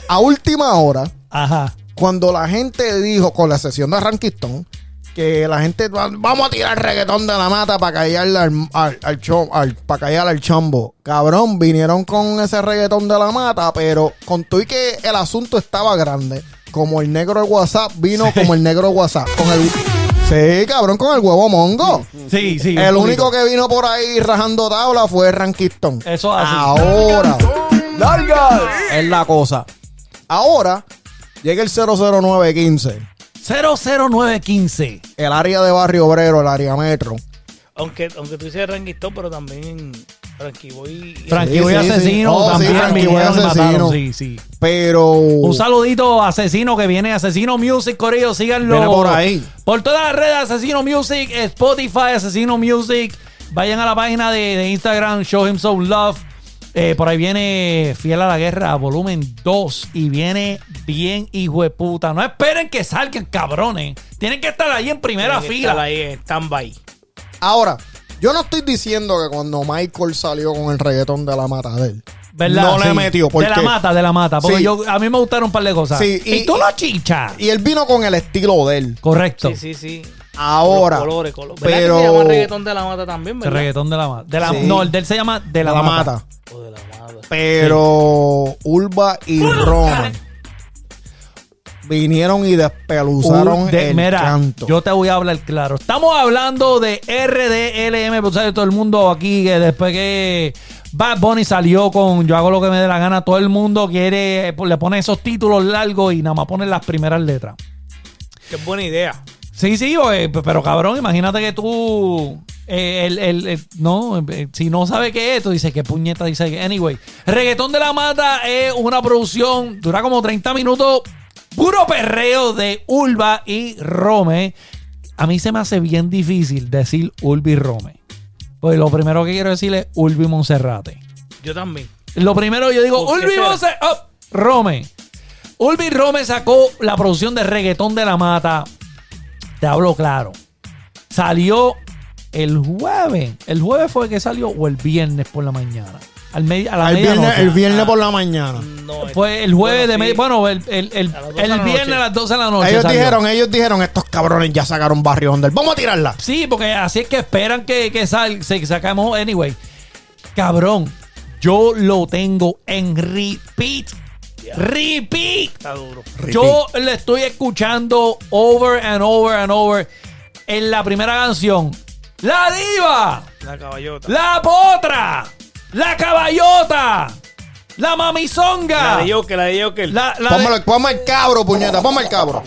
Speaker 5: A última hora.
Speaker 2: Ajá.
Speaker 5: cuando la gente dijo, con la sesión de Rankistón, que la gente va- vamos a tirar reggaetón de la mata para callar al, al, al cho- al- para callar al chombo. Cabrón, vinieron con ese reggaetón de la mata, pero con tú y que el asunto estaba grande. Como el negro de WhatsApp vino como el negro de WhatsApp. Con el, sí, cabrón, con el huevo mongo.
Speaker 2: Sí, sí.
Speaker 5: El
Speaker 2: un
Speaker 5: único
Speaker 2: poquito.
Speaker 5: que vino por ahí rajando tabla fue Rankistón.
Speaker 2: Eso hace.
Speaker 5: Ahora
Speaker 4: ¡Largas!
Speaker 5: es la cosa. Ahora llega el 00915.
Speaker 2: 00915.
Speaker 5: el área de barrio obrero, el área metro.
Speaker 6: Aunque, aunque tú dices Ranguitón, pero también Frankie Boy.
Speaker 2: Frankie
Speaker 5: sí,
Speaker 2: Boy
Speaker 5: sí.
Speaker 2: Asesino
Speaker 5: Oh, sí,
Speaker 2: también.
Speaker 5: Frankie Boy
Speaker 2: vinieron y
Speaker 5: Asesino. Uh.
Speaker 2: mataron, Sí, sí.
Speaker 5: Pero.
Speaker 2: Un saludito a Asesino que viene, Asesino Music, Corillo, síganlo.
Speaker 5: Viene por ahí.
Speaker 2: Por todas las redes, Asesino Music, Spotify, Asesino Music. Vayan a la página de, de Instagram, Show Him Some Love. Eh, por ahí viene Fiel a la Guerra, volumen 2. Y viene bien, hijo de puta. No esperen que salgan, cabrones. Tienen que estar ahí en primera fila.
Speaker 6: Ahí en stand-by.
Speaker 5: Ahora, yo no estoy diciendo que cuando Michael salió con el reggaetón de la mata de él.
Speaker 2: ¿Verdad?
Speaker 5: No le
Speaker 2: Sí.
Speaker 5: metió. ¿por
Speaker 2: de la
Speaker 5: qué?
Speaker 2: mata, de la mata. Porque
Speaker 5: Sí.
Speaker 2: yo, a mí me gustaron un par de cosas.
Speaker 5: Sí,
Speaker 2: y,
Speaker 5: y-
Speaker 2: tú no chichas.
Speaker 5: Y él vino con el estilo de él.
Speaker 2: Correcto.
Speaker 6: Sí, sí, sí.
Speaker 5: Ahora.
Speaker 6: Los colores, colores. ¿Verdad
Speaker 5: Pero.
Speaker 6: que se llama reggaetón de la mata también,
Speaker 2: El
Speaker 6: ¿verdad?
Speaker 2: reggaetón de la mata. De la,
Speaker 5: Sí.
Speaker 2: No, el de él se llama De
Speaker 5: de
Speaker 2: la,
Speaker 5: la
Speaker 2: mata.
Speaker 5: mata.
Speaker 6: O de la mata.
Speaker 5: Pero. Urba y Roma. vinieron y despeluzaron
Speaker 2: Un de-
Speaker 5: el
Speaker 2: mira,
Speaker 5: canto.
Speaker 2: yo te voy a hablar claro. Estamos hablando de RDLM, pues sabe todo el mundo aquí que después que Bad Bunny salió con Yo hago lo que me dé la gana, todo el mundo quiere, eh, le pone esos títulos largos y nada más pone las primeras letras.
Speaker 6: Qué buena idea.
Speaker 2: Sí, sí, oye, p- pero cabrón, imagínate que tú. eh, el, el- el- no, eh, si no sabe qué es, tú dices, qué puñeta dice. que- Anyway, Reggaetón de la Mata es una producción, dura como 30 minutos, puro perreo de Ulva y Rome. A mí se me hace bien difícil decir Ulva y Rome. Pues lo primero que quiero decir es Ulva y Monserrate.
Speaker 6: Yo también.
Speaker 2: Lo primero yo digo,
Speaker 6: ¿Por qué
Speaker 2: Ulvi
Speaker 6: será?
Speaker 2: Monse- oh, Rome. Ulvi Rome sacó la producción de Reggaetón de la Mata. Te hablo claro. Salió el jueves. El jueves fue que salió o el viernes por la mañana. Al medi- a la
Speaker 5: el, viernes,
Speaker 2: medianoche.
Speaker 5: el viernes por la mañana.
Speaker 6: No,
Speaker 2: Fue el jueves
Speaker 6: bueno,
Speaker 2: de
Speaker 6: sí.
Speaker 2: medio. Bueno, el, el- el-
Speaker 6: A las 12
Speaker 2: el
Speaker 6: de la
Speaker 2: viernes
Speaker 6: noche.
Speaker 2: a las 12 de la noche.
Speaker 5: ellos
Speaker 2: salió.
Speaker 5: dijeron, ellos dijeron, estos cabrones ya sacaron barrión del. Vamos a tirarla.
Speaker 2: Sí, porque así es que esperan que, que sal, se sacamos. Anyway, cabrón, yo lo tengo en repeat. Repeat.
Speaker 6: Está duro.
Speaker 2: Yo le estoy escuchando over and over and over en la primera canción. La diva,
Speaker 6: La caballota.
Speaker 2: la potra, la caballota, la
Speaker 6: La
Speaker 2: mamizonga.
Speaker 6: de Joker, la de Joker.
Speaker 2: La- la de-
Speaker 5: Póngalo- Ponme el cabro, puñeta, ponme el cabro.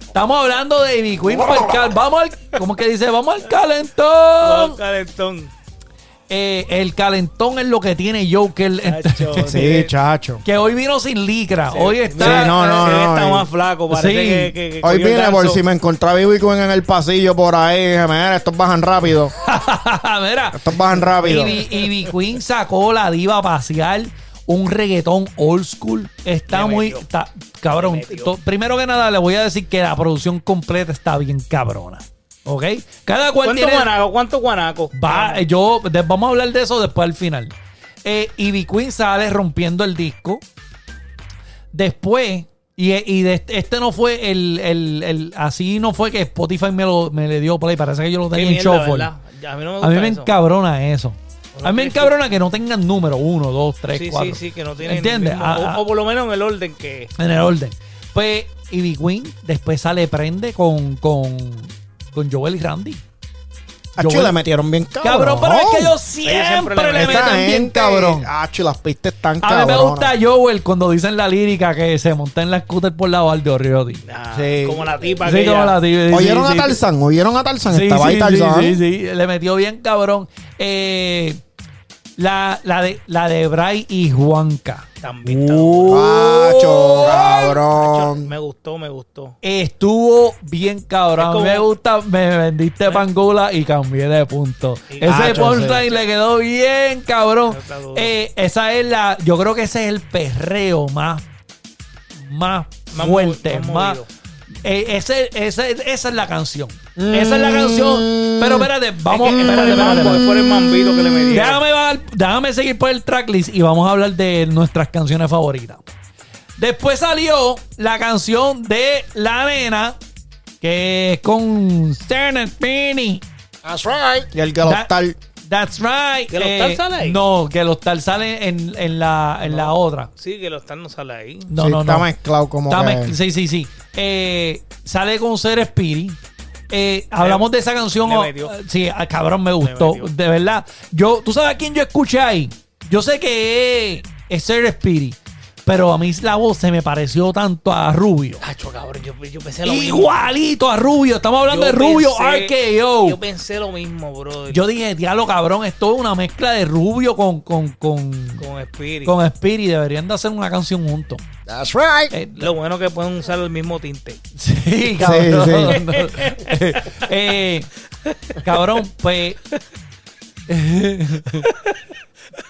Speaker 2: estamos hablando de Ivy Queen. pa'l cal- Vamos al, ¿Cómo que dice? Vamos al
Speaker 6: Juan
Speaker 2: calentón.
Speaker 6: Calentón.
Speaker 2: Eh, el calentón es lo que tiene Joker.
Speaker 6: Chacho,
Speaker 5: Sí,
Speaker 6: mire,
Speaker 5: chacho.
Speaker 2: Que hoy vino sin licra. Hoy está.
Speaker 5: Sí, no, no,
Speaker 6: se ve
Speaker 5: no,
Speaker 6: Está
Speaker 5: y-
Speaker 6: más flaco, parece
Speaker 2: Sí.
Speaker 6: que, que- que
Speaker 5: Hoy
Speaker 6: cogió el
Speaker 5: vine por
Speaker 6: ganso.
Speaker 5: si me encontraba Ivy Queen en el pasillo por ahí. Dije, mira, estos bajan rápido.
Speaker 2: Mira.
Speaker 5: Estos bajan rápido.
Speaker 2: Ivy, Ivy Queen sacó la diva parcial, un reggaetón old school. Está
Speaker 6: Me
Speaker 2: muy.
Speaker 6: metió.
Speaker 2: está- cabrón,
Speaker 6: Me metió.
Speaker 2: to- primero que nada, le voy a decir que la producción completa está bien cabrona. ¿Ok? Cada cual
Speaker 6: ¿Cuánto
Speaker 2: tiene.
Speaker 6: guanaco? ¿Cuánto guanaco? Ah,
Speaker 2: Va, eh, yo, de- vamos a hablar de eso después al final. Eh, Ivy Queen sale rompiendo el disco. Después, y, y de este, este no fue el, el- el- Así no fue que Spotify me, lo, me le dio play. Parece que yo lo
Speaker 6: Qué
Speaker 2: tenía en
Speaker 6: mierda,
Speaker 2: shuffle.
Speaker 6: ¿verdad? A mí no me gusta
Speaker 2: A mí me
Speaker 6: eso.
Speaker 2: encabrona eso.
Speaker 6: Uno
Speaker 2: A mí me
Speaker 6: tiene que-
Speaker 2: encabrona que no tengan número 1, 2, 3,
Speaker 6: Sí,
Speaker 2: 4.
Speaker 6: sí, sí, que no tiene.
Speaker 2: ¿Entiendes?
Speaker 6: el mismo-
Speaker 2: Ah,
Speaker 6: o-
Speaker 2: ah,
Speaker 6: o, por lo menos en el orden que.
Speaker 2: en el orden. Pues Ivy Queen después sale prende con, con, con Joel y Randy.
Speaker 5: Acho,
Speaker 2: Yo-
Speaker 5: le metieron bien cabrón.
Speaker 2: Cabrón, pero es que ellos
Speaker 6: Ellos
Speaker 2: siempre
Speaker 6: siempre
Speaker 2: le
Speaker 6: le
Speaker 2: meten
Speaker 5: Esa
Speaker 2: bien
Speaker 5: gente,
Speaker 2: cabrón.
Speaker 5: Acho, las pistas están
Speaker 2: A mí
Speaker 5: cabronas.
Speaker 2: me gusta Joel cuando dicen la lírica que se monta en la scooter por la Valde Rioti.
Speaker 6: ah,
Speaker 5: Sí.
Speaker 6: Como la tipa
Speaker 2: Sí,
Speaker 6: que.
Speaker 2: como la tibia, sí,
Speaker 5: Oyeron
Speaker 2: sí,
Speaker 5: a
Speaker 2: sí.
Speaker 5: Tarzán, oyeron a Tarzán.
Speaker 2: Sí,
Speaker 5: Estaba
Speaker 2: sí,
Speaker 5: ahí Tarzán.
Speaker 2: sí, sí, sí. Le metió bien cabrón. Eh, la, la de, la de Bray y Juanca.
Speaker 6: También está
Speaker 4: Oh.
Speaker 5: Acho, cabrón.
Speaker 6: Me gustó, me gustó.
Speaker 2: Estuvo bien cabrón.
Speaker 6: Es
Speaker 2: A mí
Speaker 6: como- ¿Eh?
Speaker 2: Me gusta, me vendiste pangula y cambié de punto.
Speaker 6: Y-
Speaker 2: Ese
Speaker 5: Ah, yo
Speaker 2: punchline le quedó bien cabrón.
Speaker 6: Está duro.
Speaker 2: Eh, esa es la, yo creo que ese es el perreo más, más,
Speaker 6: Más
Speaker 2: fuerte,
Speaker 6: movi-
Speaker 2: más.
Speaker 6: más movido.
Speaker 2: eh, ese, ese- esa es la canción. Esa es la canción. Pero espérate, vamos.
Speaker 6: Es que
Speaker 2: espérate,
Speaker 6: el
Speaker 2: espérate,
Speaker 6: mambo,
Speaker 2: espérate.
Speaker 6: es por el mambito que le metí.
Speaker 2: Déjame, bajar- déjame seguir por el tracklist y vamos a hablar de nuestras canciones favoritas. Después salió la canción de La Nena, que es con Stern Penny.
Speaker 5: Y el galoptal.
Speaker 2: That's right. eh,
Speaker 6: ¿Que los tal sale ahí?
Speaker 2: No, que los tal salen en, en la, en la otra.
Speaker 6: Sí, que lo están no sale ahí.
Speaker 2: No,
Speaker 5: sí,
Speaker 2: no,
Speaker 5: está
Speaker 2: no.
Speaker 5: mezclado como
Speaker 2: Está
Speaker 5: que-
Speaker 2: mezcl- sí, sí, sí. Eh, sale con Ser Spirit. Eh, hablamos de esa canción.
Speaker 6: le
Speaker 2: oh,
Speaker 6: metió.
Speaker 2: sí, ah, cabrón, me gustó.
Speaker 6: metió.
Speaker 2: De verdad. Yo, ¿Tú sabes a quién yo escuché ahí? Yo sé que es, es Ser Spirit. Pero a mí la voz se me pareció tanto a Rubio.
Speaker 6: Tacho, cabrón, yo, yo pensé lo mismo.
Speaker 2: Igualito a Rubio. Estamos hablando de
Speaker 6: Yo
Speaker 2: Rubio
Speaker 6: pensé-
Speaker 2: RKO.
Speaker 6: Yo pensé lo mismo, brother.
Speaker 2: Yo dije, diablo, cabrón, esto es una mezcla de Rubio con, con, con,
Speaker 6: con Spirit.
Speaker 2: con Spirit. Deberían de hacer una canción juntos.
Speaker 5: That's right.
Speaker 2: Eh,
Speaker 6: Lo bueno que pueden usar el mismo tinte.
Speaker 2: Sí, cabrón.
Speaker 5: sí.
Speaker 2: No. Eh, eh, cabrón, pues.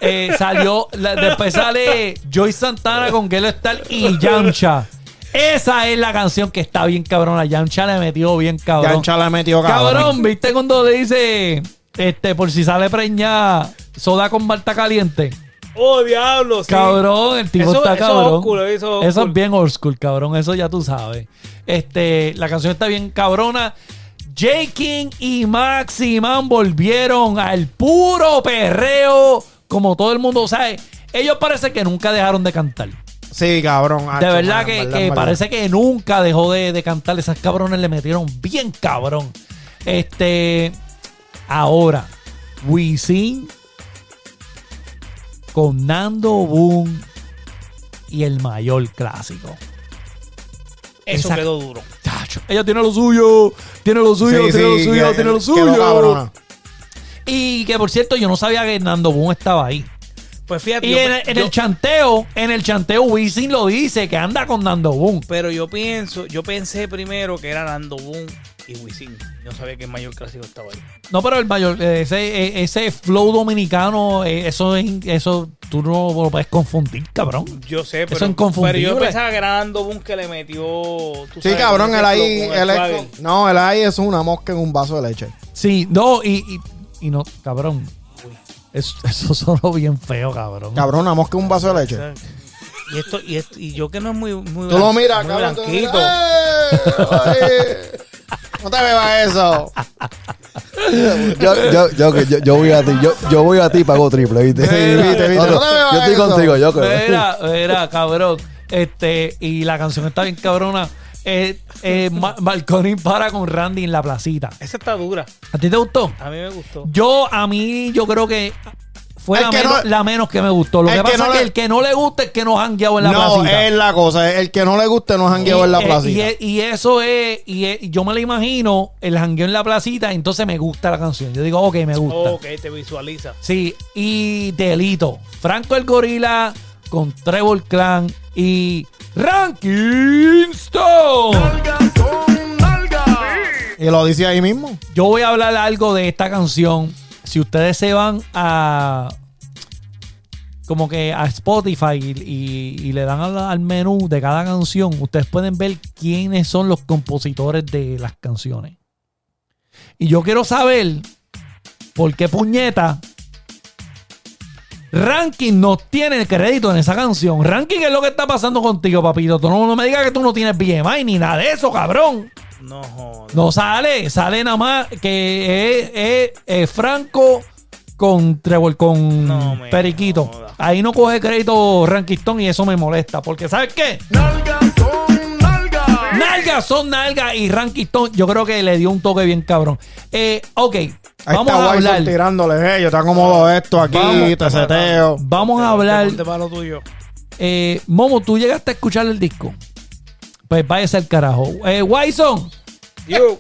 Speaker 2: eh, salió. la- después sale Joyce Santana con Gelo Star y Yamcha. Esa es la canción que está bien cabrona. Yamcha le metió bien cabrón.
Speaker 5: Yancha le metió cabrón.
Speaker 2: Cabrón, ¿viste cuando le dice. Este, por si sale preñada, soda con Marta caliente?
Speaker 6: ¡Oh, diablo! sí.
Speaker 2: Cabrón, el tipo
Speaker 6: Eso-
Speaker 2: está
Speaker 6: eso
Speaker 2: cabrón.
Speaker 6: old school, eso old
Speaker 2: es
Speaker 6: school.
Speaker 2: bien old school, cabrón. Eso ya tú sabes. Este, la canción está bien cabrona. J. King y Maximan volvieron al puro perreo. Como todo el mundo sabe. Ellos parece que nunca dejaron de cantar.
Speaker 5: Sí, cabrón.
Speaker 2: De
Speaker 5: hacho,
Speaker 2: verdad
Speaker 5: mano,
Speaker 2: que,
Speaker 5: en
Speaker 2: que
Speaker 5: en
Speaker 2: parece que nunca dejó de, de cantar. Esas cabrones le metieron bien cabrón. Este. Ahora, Wisin con Nando Boom y el mayor clásico.
Speaker 6: Eso
Speaker 2: Esa-
Speaker 6: quedó duro.
Speaker 2: Tacho, ella tiene lo suyo, tiene lo suyo, tiene
Speaker 5: Sí, sí,
Speaker 2: lo suyo,
Speaker 5: que-
Speaker 2: tiene lo
Speaker 5: quedó
Speaker 2: suyo.
Speaker 5: cabrona.
Speaker 2: Y que por cierto, yo no sabía que Nando Boom estaba ahí.
Speaker 6: Pues fíjate,
Speaker 2: Y
Speaker 6: yo-
Speaker 2: en, el- en
Speaker 6: yo-
Speaker 2: el chanteo, en el chanteo, Wisin lo dice que anda con Nando Boom.
Speaker 6: pero yo pienso, yo pensé primero que era Nando Boom y Wisin. Yo sabía que el mayor clásico estaba ahí.
Speaker 2: No, pero el mayor, eh, ese, eh, ese flow dominicano, eh, eso es, in- eso tú no lo puedes confundir, cabrón.
Speaker 6: Yo sé, pero,
Speaker 2: es inconfundible.
Speaker 6: pero yo pensaba que era Nando Boom que le metió. tú
Speaker 5: Sí,
Speaker 6: sabes,
Speaker 5: cabrón,
Speaker 6: con
Speaker 5: él
Speaker 6: ese
Speaker 5: ahí.
Speaker 6: flow, con el
Speaker 5: él es-
Speaker 6: swagger.
Speaker 5: no, él ahí es una mosca en un vaso de leche.
Speaker 2: Sí, no, y, y, y no, cabrón. Eso, eso sonó bien feo, cabrón.
Speaker 5: Cabrón, una mosca en un vaso de leche.
Speaker 6: Y esto, y esto, y yo que no es muy, muy
Speaker 5: Tú lo miras,
Speaker 6: muy
Speaker 5: cabrón. tú lo
Speaker 6: blanquito.
Speaker 5: miras. ¡Ey! No te bebas eso.
Speaker 9: Yo, yo, yo, yo, yo voy a ti, yo, yo voy a ti y pago triple, ¿viste?
Speaker 5: Sí, viste, viste.
Speaker 9: No, no,
Speaker 5: No me
Speaker 9: yo estoy
Speaker 5: hagas
Speaker 9: contigo, yo
Speaker 2: Era, era, cabrón. Este, y la canción está bien cabrona. Eh, eh, Ma- Marconi para con Randy en la placita.
Speaker 6: Esa está dura.
Speaker 2: ¿A ti te gustó?
Speaker 6: A mí me gustó.
Speaker 2: Yo, a mí, yo creo que fue
Speaker 5: El
Speaker 2: la,
Speaker 5: que
Speaker 2: menos,
Speaker 5: no-
Speaker 2: la menos que me gustó. Lo
Speaker 5: el
Speaker 2: que pasa
Speaker 5: que no
Speaker 2: es que
Speaker 5: le-
Speaker 2: el que no le gusta es que nos han guiado en la
Speaker 5: no,
Speaker 2: placita.
Speaker 5: es la cosa. El que no le guste no es
Speaker 2: Y,
Speaker 5: jangueo en la
Speaker 2: eh,
Speaker 5: placita.
Speaker 2: y e- Y, eso es, y e- y yo me lo imagino, el jangueo en la placita, entonces me gusta la canción. Yo digo, ok, me gusta.
Speaker 6: Ok, te visualiza.
Speaker 2: Sí, y Delito, Franco el Gorila con Trevor Clan y Ranking Stone.
Speaker 5: Y lo dice ahí mismo.
Speaker 2: Yo voy a hablar algo de esta canción. Si ustedes se van a como que a Spotify y, y- y le dan al, al menú de cada canción, ustedes pueden ver quiénes son los compositores de las canciones. Y yo quiero saber por qué puñeta Ranking no tiene el crédito en esa canción. Ranking es lo que está pasando contigo, papito. Tú no, no me digas que tú no tienes BMI ni nada de eso, cabrón.
Speaker 6: No jodas.
Speaker 2: No sale, sale nada más que es, es- es Franco con Trevor, con
Speaker 6: No me
Speaker 2: Periquito.
Speaker 6: jodas.
Speaker 2: Ahí no coge crédito Rankistón y eso me molesta. Porque ¿sabes qué? Nalgas son nalgas y Rankistón yo creo que le dio un toque bien cabrón. Eh, ok,
Speaker 5: Ahí
Speaker 2: vamos
Speaker 5: está
Speaker 2: a
Speaker 5: Wilson
Speaker 2: hablar.
Speaker 5: tirándole, eh, yo te acomodo esto aquí,
Speaker 2: Vamos.
Speaker 5: te seteo.
Speaker 2: Vamos a hablar.
Speaker 6: Ponte para lo tuyo.
Speaker 2: Eh, Momo, tú llegaste a escuchar el disco. Pues váyase al carajo. Eh, Wison,
Speaker 6: Yo,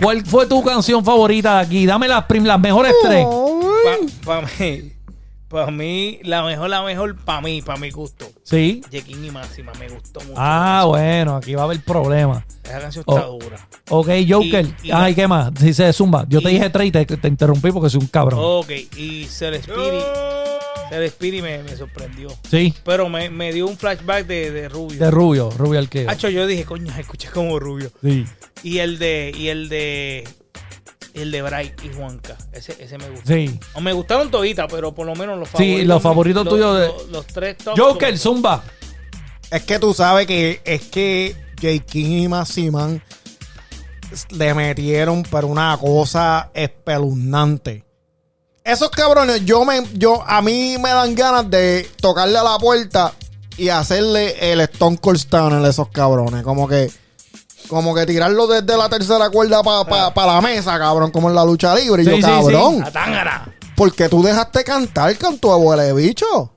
Speaker 2: ¿cuál fue tu canción favorita de aquí? Dame las, prim- las mejores tres.
Speaker 6: para mí, pa' mí, la mejor, la mejor para mí, para mi gusto.
Speaker 2: Sí.
Speaker 6: Jequín y Máxima, me gustó mucho.
Speaker 2: Ah, bueno, aquí va a haber problema.
Speaker 6: Esa canción
Speaker 2: Oh.
Speaker 6: está dura.
Speaker 2: Ok, Joker.
Speaker 6: Y- y-
Speaker 2: Ay, ¿qué más? Dice Zumba. Yo te
Speaker 6: y- Oh.
Speaker 2: dije tres y te, te interrumpí porque soy un cabrón.
Speaker 6: Ok, y Celespiri. Celespiri me, me sorprendió.
Speaker 2: Sí,
Speaker 6: Pero me, me dio un flashback de, de Rubio.
Speaker 2: de rubio, rubio al que.
Speaker 6: Hacho, yo dije, coño, escuché como Rubio.
Speaker 2: Sí.
Speaker 6: Y el de. Y el de. El de Bright y Juanca. Ese, ese me gustó.
Speaker 2: Sí.
Speaker 6: O me gustaron toditas, pero por lo menos los
Speaker 2: Sí, los favoritos tuyos de-
Speaker 6: Los, los tres top.
Speaker 2: Joker,
Speaker 6: son
Speaker 2: Zumba.
Speaker 5: Es que tú sabes que es que J. King y Massiman le metieron para una cosa espeluznante. Esos cabrones, yo me, yo, a mí me dan ganas de tocarle a la puerta y hacerle el Stone Cold Stunner a esos cabrones. Como que, como que tirarlo desde la tercera cuerda para la mesa, cabrón, como en la lucha libre. Y
Speaker 2: Sí,
Speaker 5: yo,
Speaker 2: sí, sí.
Speaker 5: cabrón,
Speaker 6: La tángara.
Speaker 5: ¿por qué tú dejaste cantar con tu abuela de bicho?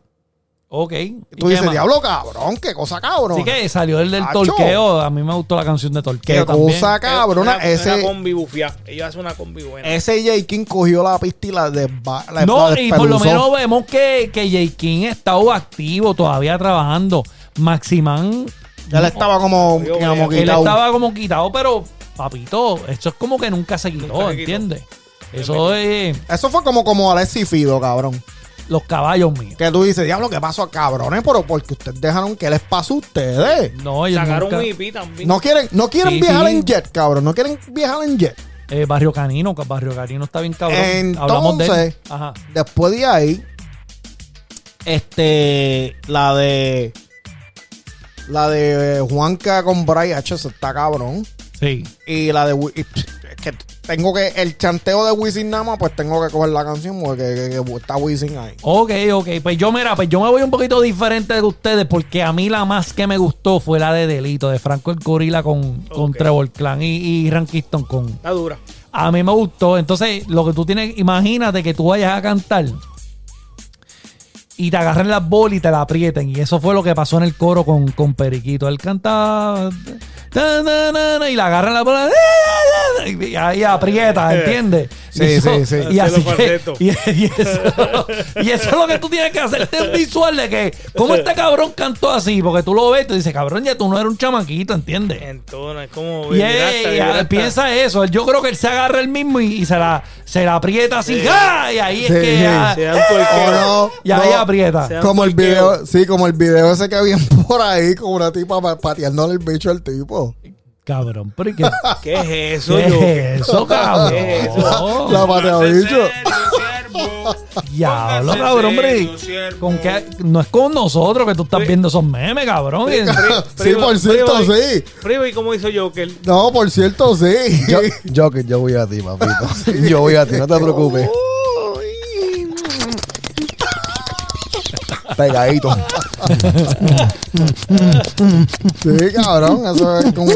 Speaker 2: Ok. ¿Y
Speaker 5: Tú
Speaker 2: qué
Speaker 5: dices,
Speaker 2: más?
Speaker 5: diablo, cabrón, qué cosa cabrón.
Speaker 2: Así que salió el del
Speaker 5: Hacho.
Speaker 2: torqueo. A mí me gustó la canción de
Speaker 5: Qué
Speaker 2: torqueo también.
Speaker 5: cosa cabrona.
Speaker 6: Una- Una
Speaker 5: ese
Speaker 6: combi bufia. Ellos hacen una combi buena.
Speaker 5: ese J. King cogió la pista y la, desba, la
Speaker 2: No,
Speaker 5: la
Speaker 2: y por lo
Speaker 5: despeluzó.
Speaker 2: menos vemos que, que J. King está activo, todavía trabajando. Maximán
Speaker 5: Él estaba como,
Speaker 6: Yo,
Speaker 5: como
Speaker 6: yo,
Speaker 2: Él
Speaker 5: quitado.
Speaker 2: estaba como quitado, pero papito, eso es como que nunca se quitó,
Speaker 6: Nunca se quitó.
Speaker 2: ¿entiendes? Eso es eh,
Speaker 5: Eso fue como, como Alexi Fido, cabrón.
Speaker 2: los caballos míos.
Speaker 5: Que tú dices, diablo, ¿qué pasó, cabrones? Pero porque ustedes dejaron que les pasó a ustedes.
Speaker 2: No, ellos
Speaker 6: Sacaron
Speaker 2: nunca-
Speaker 6: un hippie también.
Speaker 5: No quieren, no quieren
Speaker 2: Sí,
Speaker 5: viajar
Speaker 2: sí.
Speaker 5: en jet, cabrón. No quieren viajar en jet.
Speaker 2: Eh, Barrio Canino, que Barrio Canino está bien cabrón. Hablamos de él.
Speaker 5: Entonces-
Speaker 2: Ajá.
Speaker 5: Después de ahí, este, la de. La de eh, Juanca con Brian H. está cabrón.
Speaker 2: Sí.
Speaker 5: Y la de. Wi- y, pff, es que, tengo que. El chanteo de Wisin nada más, pues tengo que coger la canción porque que- que- que está Wisin ahí.
Speaker 2: Ok, ok. Pues yo, mira, pues yo me voy un poquito diferente de ustedes porque a mí la más que me gustó fue la de Delito, de Franco el Gorila con, con
Speaker 6: Ok.
Speaker 2: Trevor Clan y, y Rankiston con...
Speaker 6: Está dura.
Speaker 2: A mí me gustó. Entonces, lo que tú tienes, imagínate que tú vayas a cantar y te agarren las bolas y te la aprieten. Y eso fue lo que pasó en el coro con, con Periquito. Él cantaba ta, na, na, na, y le agarran la bola "Eh, y ahí aprieta, ¿entiendes?
Speaker 4: Sí,
Speaker 2: Y eso-
Speaker 4: sí, sí.
Speaker 2: Y
Speaker 6: Hacerlo
Speaker 2: así que,
Speaker 6: cuarteto.
Speaker 2: y, y eso, y eso es lo que tú tienes que hacerte un visual de que cómo este cabrón cantó así, porque tú lo ves y tú dices, cabrón, ya tú no eres un chamaquito, ¿entiendes?
Speaker 6: Entonces, es como.
Speaker 2: Y
Speaker 6: Virata,
Speaker 2: él,
Speaker 6: Virata.
Speaker 2: eh, piensa eso. Yo creo que él se agarra el mismo y, y se, la, se la aprieta así. ¡ah! Y ahí es
Speaker 5: Sí,
Speaker 2: que.
Speaker 5: sí.
Speaker 2: ah,
Speaker 6: Se da un torqueo.
Speaker 5: O Oh, no,
Speaker 2: y ahí
Speaker 5: no.
Speaker 2: aprieta.
Speaker 6: Se da un
Speaker 5: Como el
Speaker 6: torqueo.
Speaker 5: video, sí, como el video ese que había por ahí con una tipa pa- pateándole el bicho al tipo.
Speaker 2: Cabrón, pero ¿y qué,
Speaker 6: ¿Qué es eso,
Speaker 2: ¿Qué
Speaker 6: yo?
Speaker 2: es eso, cabrón? Oh,
Speaker 6: ¿Qué es
Speaker 5: La pateaba el bicho.
Speaker 2: Diablo, cabrón, hombre. ¿Con qué? No es con nosotros que tú estás viendo esos memes, cabrón.
Speaker 5: Sí, por cierto,
Speaker 6: primo,
Speaker 5: sí.
Speaker 6: Primo, ¿y cómo hizo Joker?
Speaker 5: No, por cierto, sí.
Speaker 9: Yo, yo, que yo voy a ti, papito. Yo voy a ti, no te preocupes. Pegadito.
Speaker 5: Sí, cabrón, eso es como...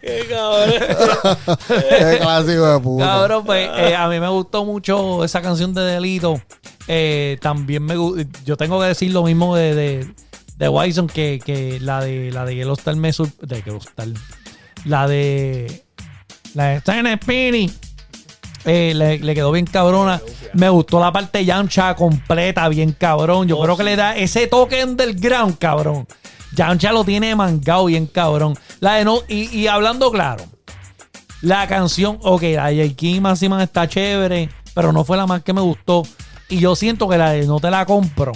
Speaker 6: Qué cabrón.
Speaker 5: Qué clásico de puta.
Speaker 2: Cabrón, pues eh, a mí me gustó mucho esa canción de Delito. Eh, también me gu- yo tengo que decir lo mismo de, de, de Wison que, que la de la de Yellow Star me sur- de Yellow Star. la de la de Stan Spinny eh, le, le quedó bien cabrona. Me gustó la parte Yamcha completa, bien cabrón. Yo creo que le da ese toque underground, cabrón. Yamcha lo tiene mangado bien cabrón. La de no, y, y hablando claro, la canción, ok, la de J. King Máxima está chévere, pero no fue la más que me gustó. Y yo siento que la de No Te La Compro,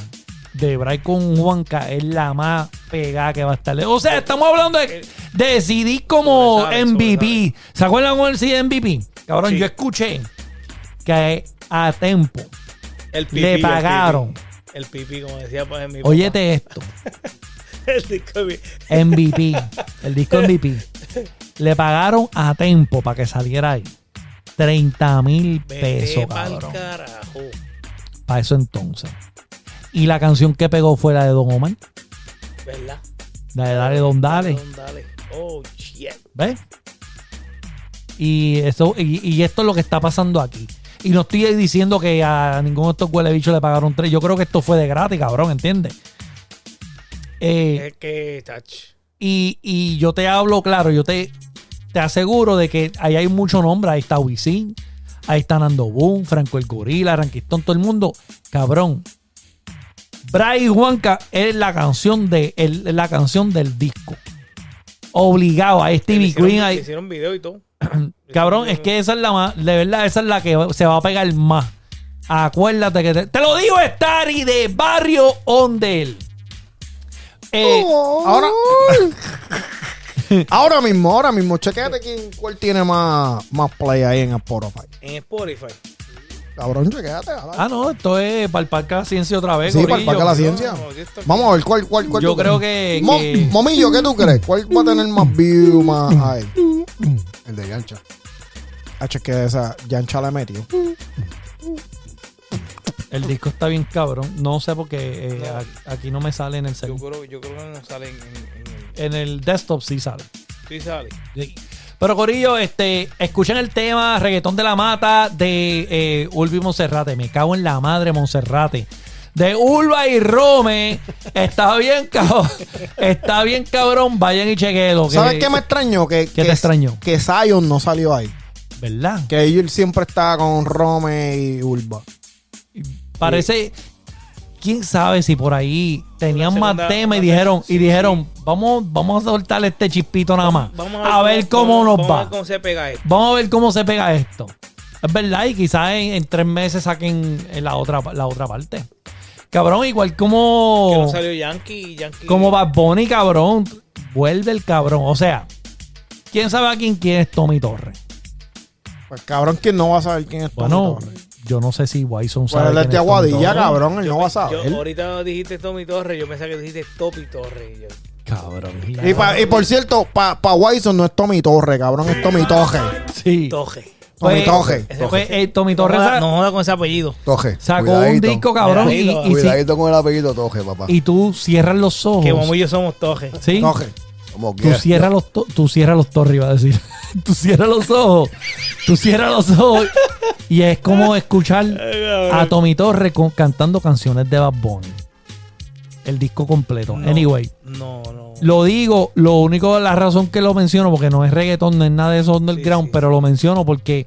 Speaker 2: de Bray con Juanca, es la más pegada que va a estar. O sea, estamos hablando de, de CD como
Speaker 6: Sobresale,
Speaker 2: MVP. ¿Se acuerdan con el CD de MVP? Cabrón, yo escuché que a tiempo
Speaker 6: El pipí,
Speaker 2: le
Speaker 6: el
Speaker 2: pagaron.
Speaker 6: pipí. El pipí, como decía pues, en mi papá.
Speaker 2: Óyete esto.
Speaker 6: El disco de mi-
Speaker 2: MVP, el disco MVP. Le pagaron a tiempo para que saliera ahí. 30 mil
Speaker 6: Vete
Speaker 2: pesos,
Speaker 6: pa'l
Speaker 2: cabrón.
Speaker 6: carajo.
Speaker 2: Para eso entonces. Y la canción que pegó fue la de Don Omar.
Speaker 6: ¿Verdad?
Speaker 2: La de Dale Don Dale.
Speaker 6: Don Dale. Oh, shit.
Speaker 2: ¿Ves? Y, eso, y, y esto es lo que está pasando aquí. Y no estoy diciendo que a ninguno de estos huelebichos le pagaron tres. Yo creo que esto fue de gratis, cabrón, ¿entiendes? Eh,
Speaker 6: Es que, tach.
Speaker 2: Y, y yo te hablo claro, yo te, te aseguro de que ahí hay mucho nombre. Ahí está Wisin, ahí está Nando Boom, Franco el Gorila, Ranquistón, todo el mundo. Cabrón. Bray Juanca es la canción de el- la canción del disco. Obligado a
Speaker 6: Le
Speaker 2: Stevie
Speaker 6: hicieron-
Speaker 2: Green.
Speaker 6: le
Speaker 2: ahí.
Speaker 6: Hicieron video y todo.
Speaker 2: Cabrón, es que esa es la más, de verdad, esa es la que se va a pegar más. Acuérdate que te, te lo digo, Starry de Barrio Ondel. Eh,
Speaker 5: Ahora. ahora mismo, ahora mismo, chequéate quién, cuál tiene más, más play ahí en Spotify.
Speaker 6: En Spotify.
Speaker 5: Cabrón, chequéate. a la-
Speaker 2: Ah, no, esto es palparca la ciencia otra vez.
Speaker 5: sí, para
Speaker 2: gorillo.
Speaker 5: el la ciencia.
Speaker 6: No, yo estoy-
Speaker 5: Vamos a ver cuál, cuál, cuál.
Speaker 2: Yo
Speaker 5: tú
Speaker 2: creo
Speaker 5: crees.
Speaker 2: que-
Speaker 5: Mo-
Speaker 2: que-
Speaker 5: Momillo, ¿qué tú crees? ¿Cuál va a tener más view, más ahí?
Speaker 9: El de Yancha.
Speaker 5: H, Ah, que esa Yancha le metió.
Speaker 2: El disco está bien cabrón. No sé por qué eh, a- aquí no me sale en el
Speaker 6: Yo
Speaker 2: cel.
Speaker 6: creo, yo creo que no sale en, en- en el.
Speaker 2: En el desktop sí sale.
Speaker 6: Sí sale.
Speaker 2: Pero Corillo, este, escuchen el tema Reggaetón de la Mata de eh, Ulvi Monserrate. Me cago en la madre Monserrate. De Ulva y Rome. Está bien, cabrón. Está bien, cabrón. Vayan y chequenlo. que-
Speaker 5: ¿Sabes qué me extrañó? Que,
Speaker 2: ¿Qué te extrañó?
Speaker 5: Que Zion no salió ahí.
Speaker 2: ¿Verdad?
Speaker 5: Que él siempre estaba con Rome y Urba.
Speaker 2: Parece. Quién sabe si por ahí tenían
Speaker 6: Una
Speaker 2: más
Speaker 6: segunda-
Speaker 2: tema y
Speaker 6: una
Speaker 2: dijeron,
Speaker 6: tercera-
Speaker 2: y
Speaker 6: sí,
Speaker 2: dijeron, vamos, vamos a soltar este chispito nada más. a, ver cómo, nos
Speaker 6: vamos A
Speaker 2: va.
Speaker 6: ver cómo se pega esto.
Speaker 2: Vamos a ver cómo se pega esto. Es verdad, y quizás en, en tres meses saquen en la otra, la otra parte. Cabrón, igual como.
Speaker 6: Que no salió Yankee. Yankee.
Speaker 2: Como Bad Bunny, cabrón. Vuelve el cabrón. O sea, quién sabe a quién quién es Tommy Torres.
Speaker 5: Pues cabrón, ¿quién no va a saber quién es Tommy
Speaker 2: Bueno,
Speaker 5: Torres?
Speaker 2: yo no sé si Wison sabe.
Speaker 5: Pues él es
Speaker 2: quién
Speaker 5: de
Speaker 2: es Tommy
Speaker 5: Aguadilla,
Speaker 2: Torres.
Speaker 5: cabrón, él no va a
Speaker 6: Yo-
Speaker 5: saber.
Speaker 6: ahorita dijiste Tommy Torres, yo pensaba que dijiste Topi Torres. y yo,
Speaker 2: Cabrón.
Speaker 5: Y, pa- y por cierto, para pa Wison no es Tommy Torre, cabrón, es Tommy Toje.
Speaker 2: Sí. Pues,
Speaker 6: Toje.
Speaker 5: Tommy Toje.
Speaker 2: Ese fue, eh, Tommy Torres
Speaker 6: No
Speaker 2: sa-
Speaker 6: joda- No joda con ese apellido.
Speaker 4: Toje.
Speaker 2: sacó un
Speaker 4: cuidadito.
Speaker 2: disco, cabrón. y-
Speaker 6: Cuidadito,
Speaker 2: y, si-
Speaker 9: Cuidadito con el apellido Toje, papá.
Speaker 2: y tú cierras los ojos.
Speaker 6: Que vamos y yo somos toje.
Speaker 2: ¿sí?
Speaker 5: Toje.
Speaker 9: Como
Speaker 2: Tú
Speaker 9: quieras.
Speaker 2: cierras los, to- tú cierras los torres, iba a decir. tú cierras los ojos. Tú cierras los ojos. Y es como escuchar a Tommy Torres con- cantando canciones de Bad Bunny. El disco completo.
Speaker 6: No,
Speaker 2: Anyway.
Speaker 6: No, no.
Speaker 2: Lo digo, lo único, la razón que lo menciono, porque no es reggaetón, no es nada de eso underground,
Speaker 6: sí.
Speaker 2: pero lo menciono porque,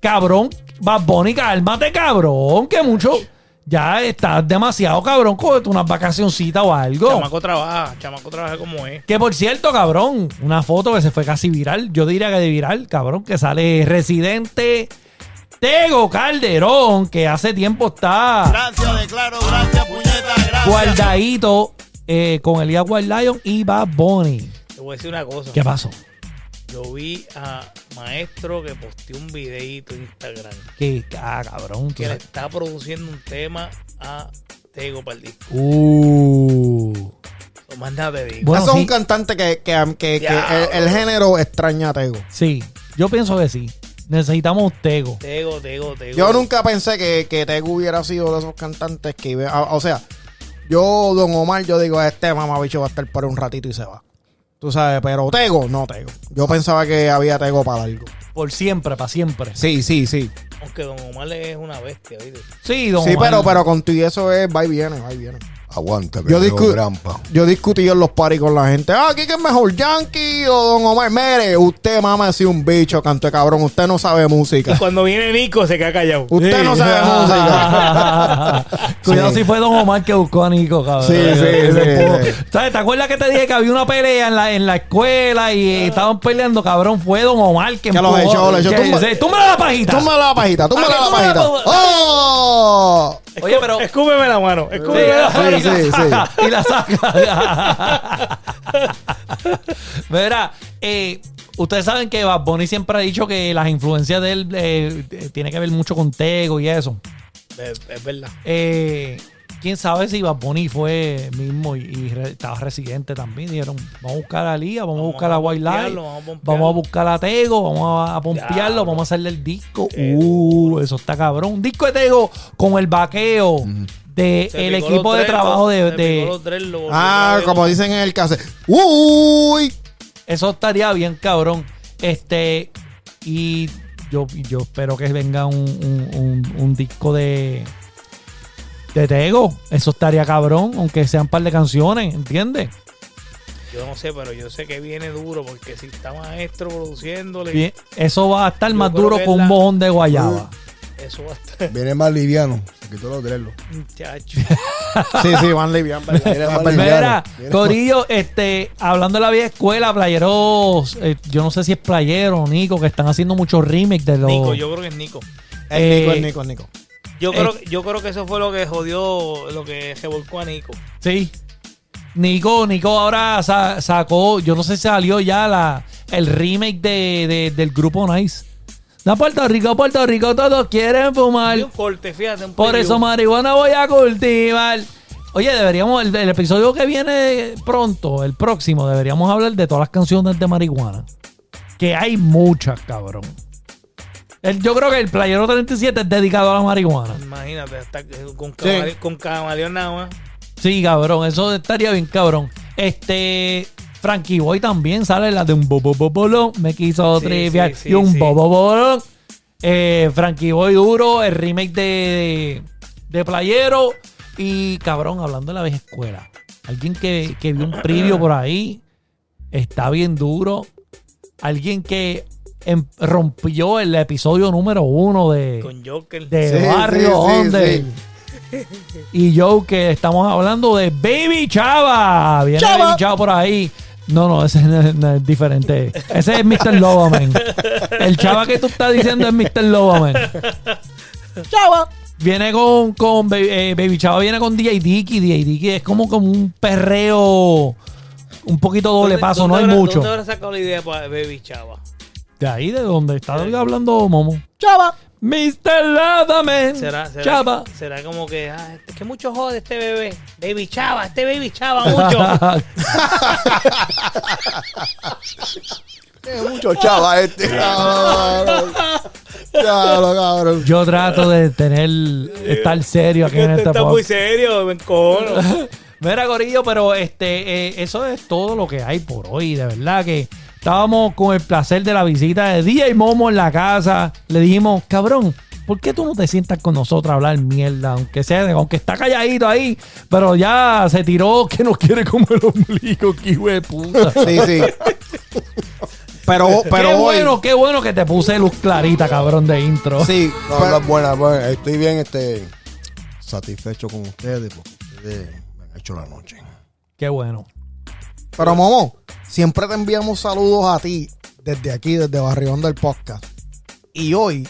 Speaker 2: cabrón, Bad Bunny, cálmate, cabrón, que mucho, ya estás demasiado cabrón, cógete unas vacacioncitas o algo.
Speaker 6: Chamaco trabaja, chamaco trabaja como es.
Speaker 2: Que por cierto, cabrón, una foto que se fue casi viral, yo diría que de viral, cabrón, que sale residente Tego Calderón, que hace tiempo está
Speaker 7: Gracias, declaro, gracias, puñeta, gracias.
Speaker 2: guardadito eh, con Elías Wild Lion y Bad Bunny.
Speaker 6: Te voy a decir una cosa.
Speaker 2: ¿Qué pasó?
Speaker 6: Yo vi a Maestro que posteó un videito en Instagram
Speaker 2: Que, ah, cabrón. tú
Speaker 6: que le
Speaker 2: sabes.
Speaker 6: está produciendo un tema a Tego para el disco.
Speaker 2: Uh.
Speaker 6: No más nada te digo.
Speaker 2: Bueno,
Speaker 5: Eso es
Speaker 2: sí,
Speaker 5: un cantante que, que- que- que
Speaker 6: Ya.
Speaker 5: el, el género extraña a Tego.
Speaker 2: sí, yo pienso que sí. Necesitamos un Tego.
Speaker 6: Tego, Tego, Tego.
Speaker 5: Yo nunca pensé que, que Tego hubiera sido de esos cantantes que iba- a- O sea, yo, Don Omar, yo digo, este mamabicho va a estar por un ratito y se va. Tú sabes, pero Tego, no Tego. Yo pensaba que había Tego para algo.
Speaker 2: Por siempre, para siempre.
Speaker 5: Sí, sí, sí.
Speaker 6: Aunque Don Omar es una bestia, ¿viste?
Speaker 2: Sí, don
Speaker 5: sí,
Speaker 2: Omar.
Speaker 5: pero, pero con tu y eso es, va y viene, va y viene.
Speaker 9: Aguanta, que
Speaker 5: Yo,
Speaker 9: yo
Speaker 5: discu-
Speaker 9: grampa.
Speaker 5: yo discutí en los paris con la gente. Ah, ¿quién es mejor, Yankee o Don Omar? Mere, usted mama así un bicho, canto de cabrón. Usted no sabe música.
Speaker 6: Y cuando viene Nico se queda callado.
Speaker 5: Usted no sabe música.
Speaker 2: Cuidado
Speaker 5: Sí.
Speaker 2: si fue Don Omar que buscó a Nico, cabrón.
Speaker 5: Sí, sí, sí, sí.
Speaker 2: ¿Sabes? ¿Te acuerdas que te dije que había una pelea en la, en la escuela y eh, estaban peleando, cabrón? Fue Don Omar que
Speaker 5: Que los
Speaker 2: empujó.
Speaker 5: echó, los echó.
Speaker 2: Que
Speaker 5: Tumba-
Speaker 2: dice, "Túmbala la pajita!
Speaker 5: Túmbala la pajita, túmbala
Speaker 2: Ah,
Speaker 5: la
Speaker 2: que túmbala
Speaker 5: pajita.
Speaker 2: la-
Speaker 5: ¡Oh!
Speaker 2: Oye, pero...
Speaker 6: Escúpeme la mano, escúpeme la mano.
Speaker 2: Sí,
Speaker 5: Sí, sí, sí.
Speaker 2: Y la saca. Verá, eh, ustedes saben que Bad Bunny siempre ha dicho que las influencias de él eh, eh, tiene que ver mucho con Tego y eso.
Speaker 6: Es, es verdad.
Speaker 2: Eh, Quién sabe si Bad Bunny fue mismo y, y re- estaba residente también. Dijeron, vamos a buscar a Lía, vamos,
Speaker 6: Vamos
Speaker 2: a buscar
Speaker 6: a
Speaker 2: a White
Speaker 6: pompearlo,
Speaker 2: Light,
Speaker 6: vamos a
Speaker 2: vamos,
Speaker 6: pompearlo.
Speaker 2: a buscar a Tego, vamos a, a pompearlo,
Speaker 6: Diablo.
Speaker 2: vamos a hacerle el disco. Uh, eso está cabrón. Un disco de Tego con el vaqueo del
Speaker 6: Se
Speaker 2: el
Speaker 6: picó los
Speaker 2: equipo de
Speaker 6: dreadlocks,
Speaker 2: trabajo de,
Speaker 6: se
Speaker 2: de-
Speaker 6: picó los dreadlocks,
Speaker 5: Ah,
Speaker 6: otra
Speaker 5: como
Speaker 6: vez.
Speaker 5: dicen en el caso. Uy.
Speaker 2: Eso estaría bien, cabrón. Este, y yo, yo espero que venga un, un- un- un disco de, de Tego. Eso estaría cabrón, aunque sean un par de canciones, ¿entiendes?
Speaker 6: Yo no sé, pero yo sé que viene duro porque si está maestro produciéndole,
Speaker 2: Bien, eso va a estar
Speaker 6: Yo
Speaker 2: más
Speaker 6: creo
Speaker 2: duro
Speaker 6: que
Speaker 2: que un
Speaker 6: la- Uh,
Speaker 2: mojón de guayaba.
Speaker 6: eso va a estar
Speaker 9: Viene más liviano. Se quitó los drelos.
Speaker 6: muchacho.
Speaker 5: Sí, sí, van livian,
Speaker 9: Viene
Speaker 5: ¿verdad?
Speaker 9: más
Speaker 2: Pues Mira,
Speaker 9: liviano.
Speaker 2: Corillo, este, hablando de la vieja escuela, playeros, eh, yo no sé si es playero, Nico, que están haciendo muchos remakes de los.
Speaker 6: Nico, yo creo que es Nico.
Speaker 5: Es Nico,
Speaker 2: eh,
Speaker 5: es Nico, es Nico.
Speaker 6: Yo creo, yo creo que eso fue lo que jodió, lo que revolcó a Nico.
Speaker 2: Sí. Nico, Nico ahora sa- sacó, yo no sé si salió ya la, el remake de, de- del grupo Nice. Da Puerto Rico, Puerto Rico, todos quieren fumar.
Speaker 6: Y un corte, fíjate. Un
Speaker 2: Por
Speaker 6: preview.
Speaker 2: eso marihuana voy a cultivar. Oye, deberíamos, el, el episodio que viene pronto, el próximo, deberíamos hablar de todas las canciones de marihuana. Que hay muchas, cabrón. El- yo creo que el Playero 37 es dedicado a la marihuana.
Speaker 6: Imagínate, hasta que- con, camaleón, con camaleón nada más.
Speaker 2: Sí, cabrón, eso estaría bien, cabrón. Este. Frankie Boy también sale la de un bobo bolón, me quiso
Speaker 6: Sí,
Speaker 2: triviar,
Speaker 6: sí, sí,
Speaker 2: y un
Speaker 6: sí.
Speaker 2: bobo bolón. Eh, Frankie Boy duro, el remake de, de, de Playero. Y cabrón, hablando de la vieja escuela, alguien que, que vio un preview por ahí, está bien duro. Alguien que em- rompió el episodio número uno de
Speaker 6: Con Joker.
Speaker 2: de
Speaker 5: Sí,
Speaker 2: Barrio
Speaker 5: sí, sí,
Speaker 2: Onder.
Speaker 5: sí.
Speaker 2: Y yo que estamos hablando de Baby Chava. Viene Baby Chava por ahí. No, no, ese no es, no es diferente. Ese es Mr. Lobaman. El chava que tú estás diciendo es Mr. Lobaman. Chava. Viene con, con Baby, eh, Baby Chava, viene con DJ Dicky. DJ Dicky es como, como un perreo un poquito doble
Speaker 6: ¿Dónde-
Speaker 2: paso,
Speaker 6: dónde
Speaker 2: no hay
Speaker 6: habrá-
Speaker 2: mucho.
Speaker 6: ¿Dónde habrá sacado la idea para Baby Chava?
Speaker 2: De ahí de donde está hablando Momo.
Speaker 6: Chava.
Speaker 2: Mr. Ládame.
Speaker 6: ¿Será, será,
Speaker 2: Chava.
Speaker 6: será como que, ah, es que mucho jode este bebé. Baby chava, este baby chava mucho.
Speaker 9: Es mucho chava este.
Speaker 4: Cabrón. Claro, cabrón.
Speaker 2: Yo trato de tener. estar serio aquí en
Speaker 6: Este
Speaker 2: este
Speaker 6: está muy
Speaker 2: podcast.
Speaker 6: serio, me encojono.
Speaker 2: Mira, Gorillo, pero este, eh, eso es todo lo que hay por hoy. De verdad que estábamos con el placer de la visita de DJ Momo en la casa. Le dijimos, cabrón, ¿por qué tú no te sientas con nosotros a hablar mierda? Aunque sea, de- aunque está calladito ahí, pero ya se tiró que nos quiere como el ombligo, que hijo de puta.
Speaker 4: Sí, sí.
Speaker 5: Pero, pero
Speaker 2: qué
Speaker 5: hoy.
Speaker 2: bueno, qué bueno que te puse luz clarita, cabrón, de intro.
Speaker 5: Sí,
Speaker 9: No,
Speaker 5: pero-
Speaker 9: no es buena, bueno, estoy bien este, satisfecho con ustedes porque ustedes me han hecho la noche.
Speaker 2: Qué bueno.
Speaker 5: Pero Momo, siempre te enviamos saludos a ti desde aquí, desde Barrión del Podcast. Y hoy,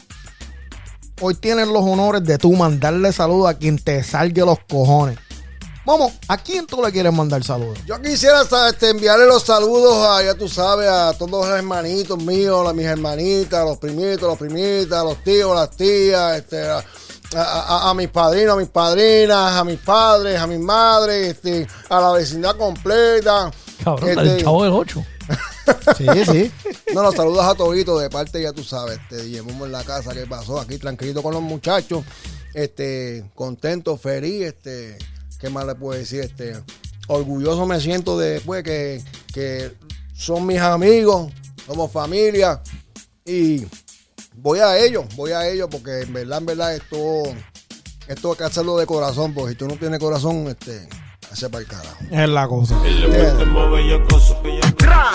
Speaker 5: hoy tienes los honores de tú mandarle saludos a quien te salgue los cojones. Momo, ¿a quién tú le quieres mandar saludos?
Speaker 9: Yo quisiera sa- este, enviarle los saludos a, ya tú sabes, a todos los hermanitos míos, a mis hermanitas, a los primitos, las primitas, a los tíos, las tías, este, a, a- a- a mis padrinos, a mis padrinas, a mis padres, a mis madres, este, a la vecindad completa.
Speaker 2: Cabrón,
Speaker 9: Este,
Speaker 2: el chavo del 8.
Speaker 5: Sí, sí.
Speaker 9: No, los saludos a Tobito de parte, ya tú sabes, este, llevamos en la casa que pasó aquí tranquilito con los muchachos, este, contento, feliz, este, ¿qué más le puedo decir? Este, orgulloso me siento de pues, que, que son mis amigos, somos familia y voy a ellos, voy a ellos porque en verdad, en verdad esto, esto hay que hacerlo de corazón, porque si tú no tienes corazón, este, hace para el carajo.
Speaker 5: Es la cosa.
Speaker 6: Ah,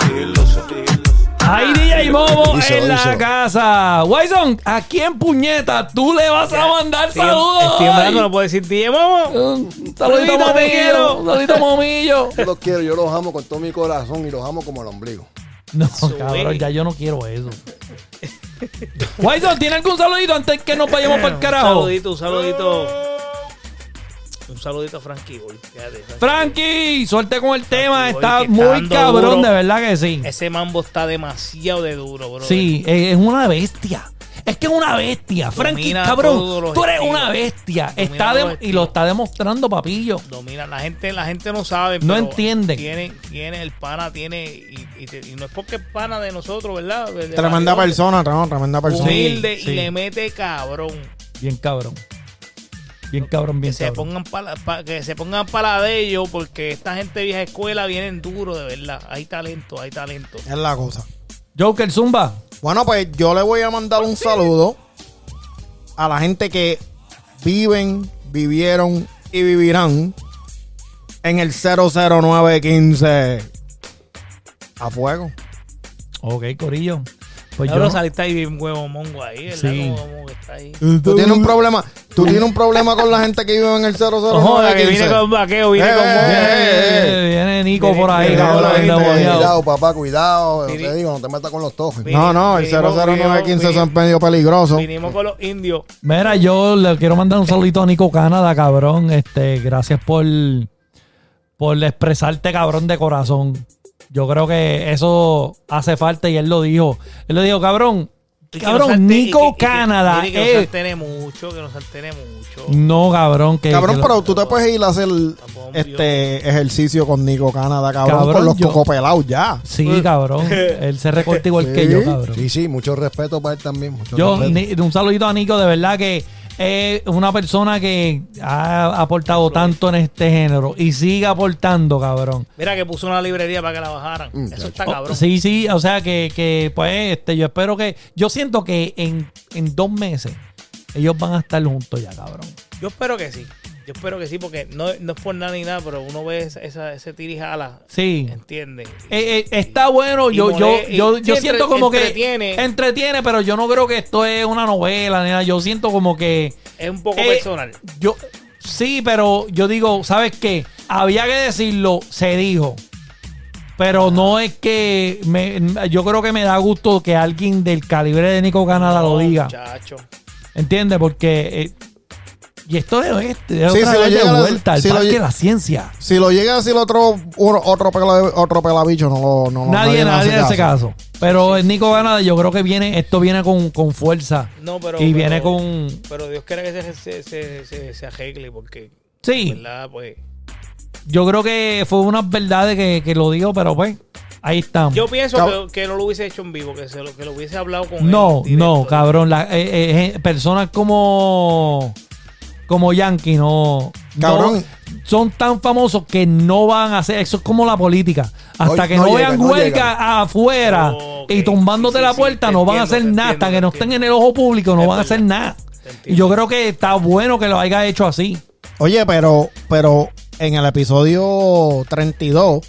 Speaker 2: Ahí DJ Momo
Speaker 9: Hizo,
Speaker 2: en la
Speaker 9: hizo.
Speaker 2: casa. Wison, ¿a quién puñeta tú le vas a mandar
Speaker 6: Estoy-
Speaker 2: saludos?
Speaker 6: Estoy hablando, no
Speaker 2: hoy?
Speaker 6: puedo decir DJ Momo.
Speaker 2: Un saludito
Speaker 6: Saludito, te
Speaker 2: momillo.
Speaker 6: quiero.
Speaker 2: Un saludito momillo.
Speaker 9: Yo los quiero, yo los amo con todo mi corazón y los amo como el ombligo.
Speaker 2: No,
Speaker 6: Sube.
Speaker 2: cabrón, ya yo no quiero eso. Wison, ¿tiene algún saludito antes que nos vayamos para el
Speaker 6: Un
Speaker 2: carajo?
Speaker 6: saludito, un saludito. Un saludito a Frankie Boy. Fíjate, Frankie.
Speaker 2: Frankie, suerte con el tema.
Speaker 6: Frankie,
Speaker 2: Está
Speaker 6: oye, que está
Speaker 2: muy
Speaker 6: dando
Speaker 2: cabrón,
Speaker 6: duro.
Speaker 2: de verdad que sí.
Speaker 6: Ese mambo está demasiado de duro, bro.
Speaker 2: Sí, eh, es una bestia. Es que es una bestia. Frankie,
Speaker 6: Domina todos
Speaker 2: cabrón,
Speaker 6: los
Speaker 2: tú eres
Speaker 6: estilos.
Speaker 2: una bestia.
Speaker 6: Domina
Speaker 2: Está
Speaker 6: los
Speaker 2: de- y
Speaker 6: estilos.
Speaker 2: lo está demostrando, papillo.
Speaker 6: Domina, la gente, la gente no sabe.
Speaker 2: No
Speaker 6: pero
Speaker 2: entienden.
Speaker 6: Tiene, tiene, el pana tiene. Y, y te- y no es porque es pana de nosotros, ¿verdad? De- de
Speaker 5: Tremenda
Speaker 6: Barrio,
Speaker 5: persona, no, tremenda persona.
Speaker 2: Sí.
Speaker 6: Humilde
Speaker 2: Sí.
Speaker 6: y le mete cabrón.
Speaker 2: Bien cabrón. Bien cabrón,
Speaker 6: Que
Speaker 2: bien
Speaker 6: se,
Speaker 2: cabrón.
Speaker 6: pongan pa la- pa- que se pongan para de ellos, porque esta gente vieja escuela vienen duro, de verdad. Hay talento, hay talento.
Speaker 5: Es la cosa.
Speaker 2: Joker Zumba.
Speaker 5: Bueno, pues yo le voy a mandar un saludo a la gente que viven, vivieron y vivirán en el 00915. A fuego.
Speaker 2: Ok, Corillo. Pues
Speaker 6: Ahora
Speaker 2: yo.
Speaker 6: saliste ahí bien huevo mongo ahí, ¿verdad?
Speaker 2: Sí.
Speaker 6: Como- como que está ahí.
Speaker 5: Tú tienes un problema. Tú tienes un problema con la gente que vive en el 00915.
Speaker 6: No joda, que viene con vaqueo, viene
Speaker 5: Eh,
Speaker 6: con
Speaker 5: eh, eh, eh.
Speaker 2: Eh, viene Nico por ahí,
Speaker 5: Viene-
Speaker 2: cabrón.
Speaker 5: viene-
Speaker 2: anda
Speaker 5: viene-
Speaker 2: boleado.
Speaker 9: Cuidado, papá, cuidado. Yo
Speaker 6: Miri-
Speaker 9: te digo, no te metas con los tojos.
Speaker 6: Miri-
Speaker 5: No, no, el
Speaker 6: Vinimos-
Speaker 5: 00915
Speaker 6: vinimos-
Speaker 5: son medio peligrosos.
Speaker 6: Vinimos con los indios.
Speaker 2: Mira, yo le quiero mandar un saludito a Nico Canadá, cabrón. Este, gracias por, por expresarte, cabrón, de corazón. Yo creo que eso hace falta y él lo dijo. Él lo dijo, cabrón.
Speaker 6: Y que
Speaker 2: Cabrón,
Speaker 6: nos salte- y
Speaker 2: Nico
Speaker 6: que- y que-
Speaker 2: Canadá.
Speaker 6: mire Que
Speaker 2: eh. Mm.
Speaker 6: nos saltene mucho, que nos saltene mucho.
Speaker 2: no, cabrón. Que,
Speaker 5: Cabrón,
Speaker 2: que lo-
Speaker 5: pero tú te puedes ir a hacer este ejercicio con Nico Canadá, cabrón,
Speaker 2: Cabrón,
Speaker 5: con los
Speaker 2: yo-
Speaker 5: cocopelados ya.
Speaker 2: Sí, cabrón. él se recorta igual que yo, cabrón.
Speaker 9: Sí, sí, mucho respeto para él también. mucho
Speaker 2: Yo,
Speaker 9: respeto.
Speaker 2: Ni- un saludito a Nico, de verdad que es una persona que ha aportado tanto en este género y sigue aportando, cabrón.
Speaker 6: Mira que puso una librería para que la bajaran. Eso está
Speaker 2: Oh,
Speaker 6: cabrón.
Speaker 2: sí, sí, o sea que, que, pues, este, yo espero que. Yo siento que en, en dos meses ellos van a estar juntos ya, cabrón.
Speaker 6: Yo espero que sí. Yo espero que sí, porque no, no es por nada ni nada, pero uno ve esa, esa, ese tirijala.
Speaker 2: Sí.
Speaker 6: ¿Entiendes?
Speaker 2: Eh, eh, está bueno,
Speaker 6: Y
Speaker 2: yo, yo,
Speaker 6: mole- y-
Speaker 2: yo,
Speaker 6: sí,
Speaker 2: yo
Speaker 6: entre-
Speaker 2: siento como que
Speaker 6: entretiene.
Speaker 2: entretiene, pero yo no creo que esto es una novela, ni nada. Yo siento como que
Speaker 6: Es un poco
Speaker 2: Eh,
Speaker 6: personal.
Speaker 2: Yo sí, pero yo digo, ¿sabes qué? Había que decirlo, se dijo. Pero no es que me- yo creo que me da gusto que alguien del calibre de Nico Canadá lo
Speaker 6: No,
Speaker 2: diga.
Speaker 6: Muchacho.
Speaker 2: ¿Entiendes? Porque eh, y esto es oeste, de
Speaker 5: Sí,
Speaker 2: otra
Speaker 5: si lo
Speaker 2: vez de
Speaker 5: llega la-
Speaker 2: vuelta, el
Speaker 5: si lo
Speaker 2: parque
Speaker 5: lle-
Speaker 2: de la ciencia.
Speaker 5: Si lo llega a decir otro, otro, otro, pela- otro pelabicho, no lo. No, lo-
Speaker 2: nadie,
Speaker 5: le
Speaker 2: nadie
Speaker 5: hace
Speaker 2: en ese caso. Pero el Nico Granada, yo creo que viene, esto viene con, con fuerza.
Speaker 6: No, pero.
Speaker 2: Y viene
Speaker 6: pero-
Speaker 2: con-
Speaker 6: Pero Dios quiera que se, se, se, se- se arregle, porque.
Speaker 2: Sí.
Speaker 6: ¿Verdad? Pues.
Speaker 2: Yo creo que fue unas verdades que, que lo digo, pero pues, ahí estamos.
Speaker 6: Yo pienso
Speaker 5: Cab-
Speaker 6: que, que no lo hubiese hecho en vivo, que, se lo, que lo hubiese hablado con él
Speaker 2: No,
Speaker 6: directo.
Speaker 2: no, cabrón. la- eh, eh, eh, personas como. Como Yankee, no.
Speaker 5: Cabrón.
Speaker 2: no- son tan famosos que no van a hacer. Eso es como la política. Hasta
Speaker 9: No-
Speaker 2: que
Speaker 9: no
Speaker 2: no,
Speaker 9: llega,
Speaker 2: vean
Speaker 9: no
Speaker 2: huelga afuera
Speaker 6: Ok,
Speaker 2: y tumbándote
Speaker 6: sí, sí,
Speaker 2: la
Speaker 6: sí,
Speaker 2: puerta,
Speaker 6: te
Speaker 2: no van a hacer
Speaker 6: entiendo,
Speaker 2: nada.
Speaker 6: te
Speaker 2: Hasta que no
Speaker 6: entiendo, te
Speaker 2: estén en
Speaker 6: entiendo.
Speaker 2: el ojo público, no
Speaker 6: Es
Speaker 2: van a
Speaker 6: verdad,
Speaker 2: hacer nada.
Speaker 6: te entiendo.
Speaker 2: Y yo creo que está bueno que lo haya hecho así.
Speaker 5: Oye, pero, pero en el episodio 32,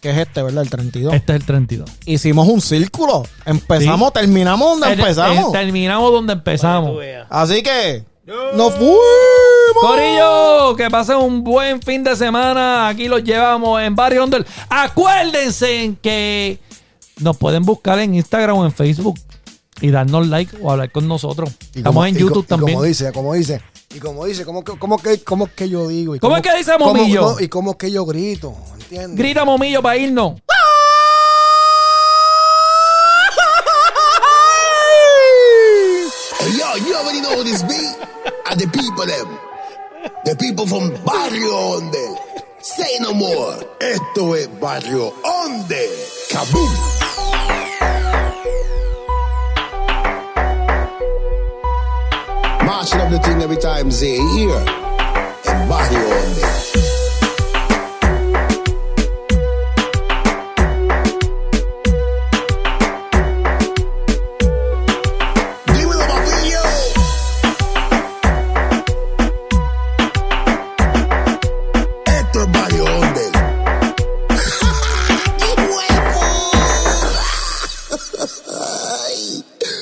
Speaker 5: que es este, ¿verdad? El 32.
Speaker 2: Este es el 32.
Speaker 5: Hicimos un círculo. Empezamos, terminamos donde
Speaker 2: El-
Speaker 5: empezamos.
Speaker 2: el- terminamos donde
Speaker 6: Para que
Speaker 2: empezamos.
Speaker 6: tú veas.
Speaker 5: Así que, nos fuimos.
Speaker 2: Corillo, que pasen un buen fin de semana. Aquí los llevamos en Barrio Under. Acuérdense que nos pueden buscar en Instagram o en Facebook y darnos like o hablar con nosotros.
Speaker 9: Y
Speaker 2: Estamos
Speaker 9: como-
Speaker 2: en
Speaker 9: y co-
Speaker 2: YouTube
Speaker 9: y
Speaker 2: también.
Speaker 9: como dice, como dice, y como dice, como, que- como que, como que yo digo. Y
Speaker 2: ¿Cómo es que dice
Speaker 9: cómo-
Speaker 2: Momillo?
Speaker 9: no, y cómo es que yo grito, ¿entiendes?
Speaker 2: Grita momillo para irnos.
Speaker 1: Hey, yo, you already know who this be? Are the people them. The people from Barrio Onde. Say no more. Esto es Barrio Onde. Kaboom. Marching up the thing every time, Zay. Here. En Barrio Onde. Dímelo, papillo. Esto es Barrio Onde. ¡Qué huevo!